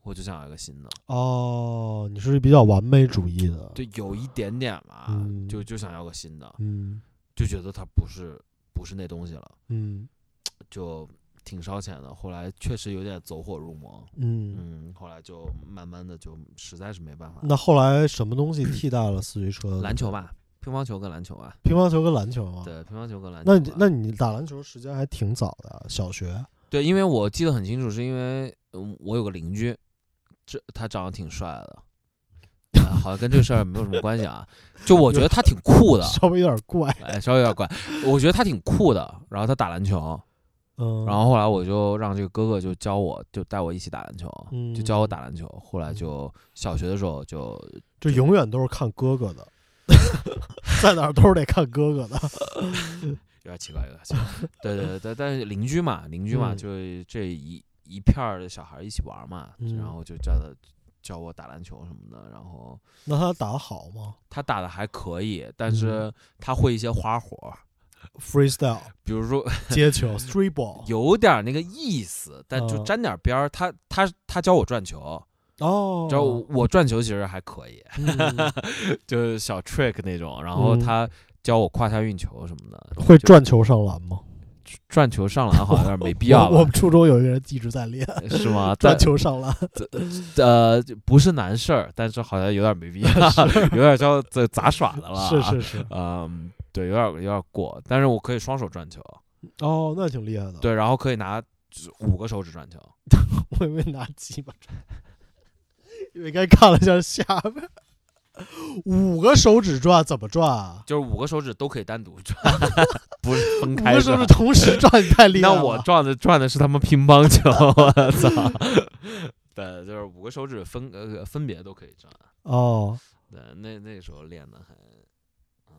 D: 我就想要一个新的。
C: 哦，你是比较完美主义的。
D: 对，有一点点吧，
C: 嗯
D: 就就想要个新的，
C: 嗯
D: 就觉得它不是不是那东西了，
C: 嗯
D: 就挺烧钱的。后来确实有点走火入魔，
C: 嗯。
D: 嗯，后来就慢慢的就实在是没办法了，
C: 那后来什么东西替代了四驱车？
D: 篮球吧，乒乓球跟篮球啊，
C: 乒乓球跟篮球啊。
D: 对，乒乓球跟篮球
C: 那
D: 吧。
C: 你那你打篮球时间还挺早的啊，小学。
D: 对，因为我记得很清楚，是因为嗯，我有个邻居，这他长得挺帅的。啊好像跟这个事儿没有什么关系啊，就我觉得他挺 酷的，
C: 稍微有点怪。
D: 哎，稍微有点怪，我觉得他挺酷的。然后他打篮球，
C: 嗯，
D: 然后后来我就让这个哥哥就教我，就带我一起打篮球，就教我
C: 嗯
D: 打篮球。后来
C: 嗯
D: 就小学的时候就
C: 这永远都是看哥哥的， 在哪儿都是得看哥哥的。
D: 有点奇怪，有点奇怪。 对对对，但但是邻居嘛，邻居嘛，
C: 嗯
D: 就这一一片儿的小孩儿一起玩儿嘛，
C: 嗯
D: 然后就叫他教我打篮球什么的，然后。
C: 那他打得好吗
D: 他打的还可以，但
C: 嗯
D: 是他会一些花活儿，
C: ？Freestyle
D: 比如说
C: 接球，street ball。
D: 有点儿那个意思，但就
C: 嗯
D: 沾点儿边儿。他他他教我转球，
C: 哦，
D: 教我我转球其实还可以，
C: 嗯
D: 就是小 trick 那种。然后
C: 嗯
D: 他教我胯下运球什么的，
C: 会
D: 就
C: 转球上篮吗？
D: 转球上篮好像有点没必要
C: 我。我
D: 吧
C: 们？初中有一个人一直在练
D: 是 吗？但
C: 转球上篮，
D: 呃不是难事儿，但是好像有点没必要， 有点叫这杂耍的了。啊
C: 是是， 是。
D: 嗯，对，有点有点过，但是我可以双手转球，
C: 哦，那挺厉害的。，
D: 对，然后可以拿就是五个手指转球。
C: 我以为拿鸡巴转，因为刚看了一下下边，五个手指转怎么转啊？
D: 就是五个手指都可以单 独转，不是分
C: 五
D: 开
C: 个手
D: 转
C: 指。同时转，你太厉害
D: 那
C: 了。
D: 我转的转的是他们乒乓球，我操！ 对，就是五个手指分呃分别都可以转。
C: 哦，
D: 对，那那时候练的很，嗯，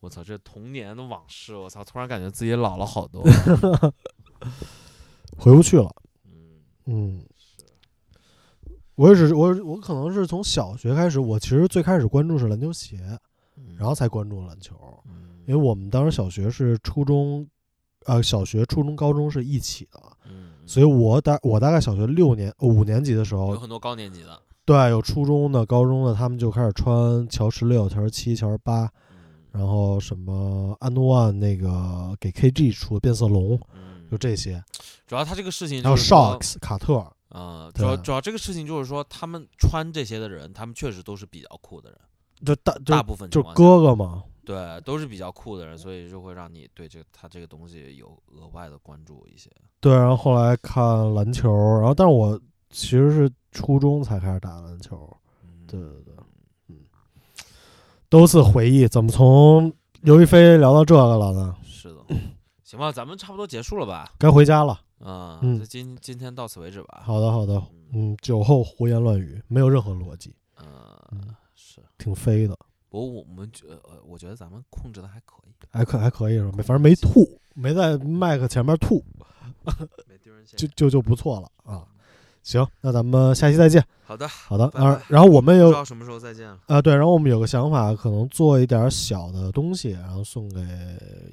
D: 我操，这童年的往事，我操，突然感觉自己老了好多。
C: 回不去了。
D: 嗯，
C: 嗯，
D: 是，
C: 我也是，我我可能是从小学开始，我其实最开始关注是篮球鞋，
D: 嗯
C: 然后，才关注篮球。
D: 嗯，
C: 因为我们当时小学是初中，呃，小学、初中、高中是一起的，
D: 嗯，嗯
C: 所以我大我大概小学六年、呃五年级的时
D: 有
C: 候，
D: 很多高年级的，
C: 对，有初中的、高中的，他们就开始穿乔十六、乔十七、乔十八，
D: 嗯
C: 然后什么安诺万那个给 KG 出的变色龙，
D: 嗯
C: 就，这些，
D: 主要他这个事情
C: 还有
D: 就是说
C: Shocks 卡特，
D: 啊、主
C: 对
D: 要主要这个事情就是说，他们穿这些的人，他们确实都是比较酷的人，
C: 就大就
D: 大部分情
C: 就
D: 况下
C: 哥哥嘛，
D: 对都是比较酷的人，所以就会让你对这个他这个东西有额外的关注一些。
C: 对，然后后来看篮球，然后但是我其实是初中才开始打篮球，
D: 嗯，
C: 对对对，嗯，都是回忆，怎么从刘亦菲聊到这个了呢？
D: 是的， 行吧，咱们差不多结束了吧？
C: 该回家了。
D: 啊、
C: 嗯
D: 那今今天到此为止吧。
C: 好的，好的，
D: 嗯，
C: 嗯，酒后胡言乱语，没有任何逻辑，嗯
D: 呃，是，
C: 挺飞的，
D: 不过我们觉呃，我觉得咱们控制的还可以，
C: 还可还可以是吧？没，反正没吐，没在麦克前面吐，
D: 没丢人现
C: 就就就不错了啊。行，那咱们下期再见。
D: 好的，
C: 好的，
D: 拜拜
C: 啊，然后我们
D: 不
C: 有
D: 知道什么时候再见了。
C: 啊，对，然后我们有个想法，可能做一点儿小的东西，然后送给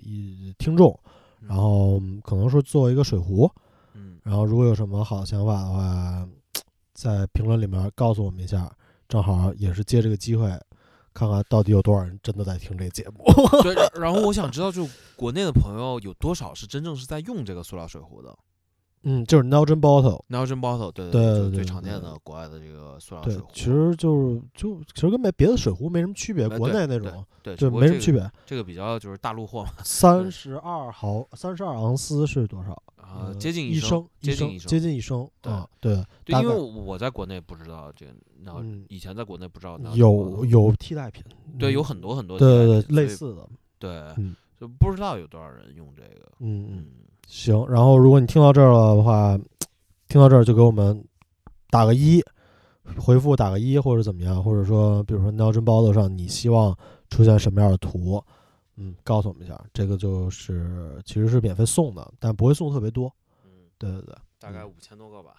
C: 一听众，然后嗯可能说做一个水壶，
D: 嗯，
C: 然后如果有什么好的想法的话，在评论里面告诉我们一下，正好也是借这个机会，看看到底有多少人真的在听这个节目。
D: 对，然然后我想知道，就国内的朋友有多少是真正是在用这个塑料水壶的
C: 嗯，就是 Nelson Bottle，
D: ？Nelson Bottle，对
C: 对
D: 对，就是
C: 对
D: 最
C: 对
D: 常见
C: 对
D: 的国外的这个塑料
C: 对
D: 啊水壶。，
C: 其实就是就其实跟没别的水壶没什么区别，
D: 哎
C: 国
D: 对
C: 内那
D: 对
C: 种
D: 对，只
C: 就
D: 不过
C: 没什么
D: 这个
C: 区 别。
D: 这个比较就是大 陆货嘛，
C: 三十二毫，三十二盎司是多少？
D: 啊
C: 呃，
D: 接近
C: 一
D: 升，接
C: 一
D: 近
C: 升，
D: 一
C: 接。近一升。
D: 对
C: 啊，对，
D: 对，
C: 大
D: 因为
C: 概
D: 我我在国内不知道这个，然后
C: 嗯
D: 以前在国内不知道 Nelson
C: 有
D: Bottle
C: 有替代品，
D: 对
C: 嗯
D: 有很多很多替代
C: 对对对
D: 品
C: 类
D: 所以
C: 似的，
D: 对
C: 嗯，
D: 就不知道有多少人用这个。
C: 嗯嗯。
D: 嗯，
C: 行，然后如果你听到这儿了的话，听到这儿就给我们打个一，回复打个一或者怎么样，或者说比如说 Nelson Bottle 上你希望出现什么样的图，嗯，告诉我们一下，这个就是其实是免费送的，但不会送特别多。
D: 嗯，
C: 对对对，
D: 大概
C: 嗯
D: 五千多个吧。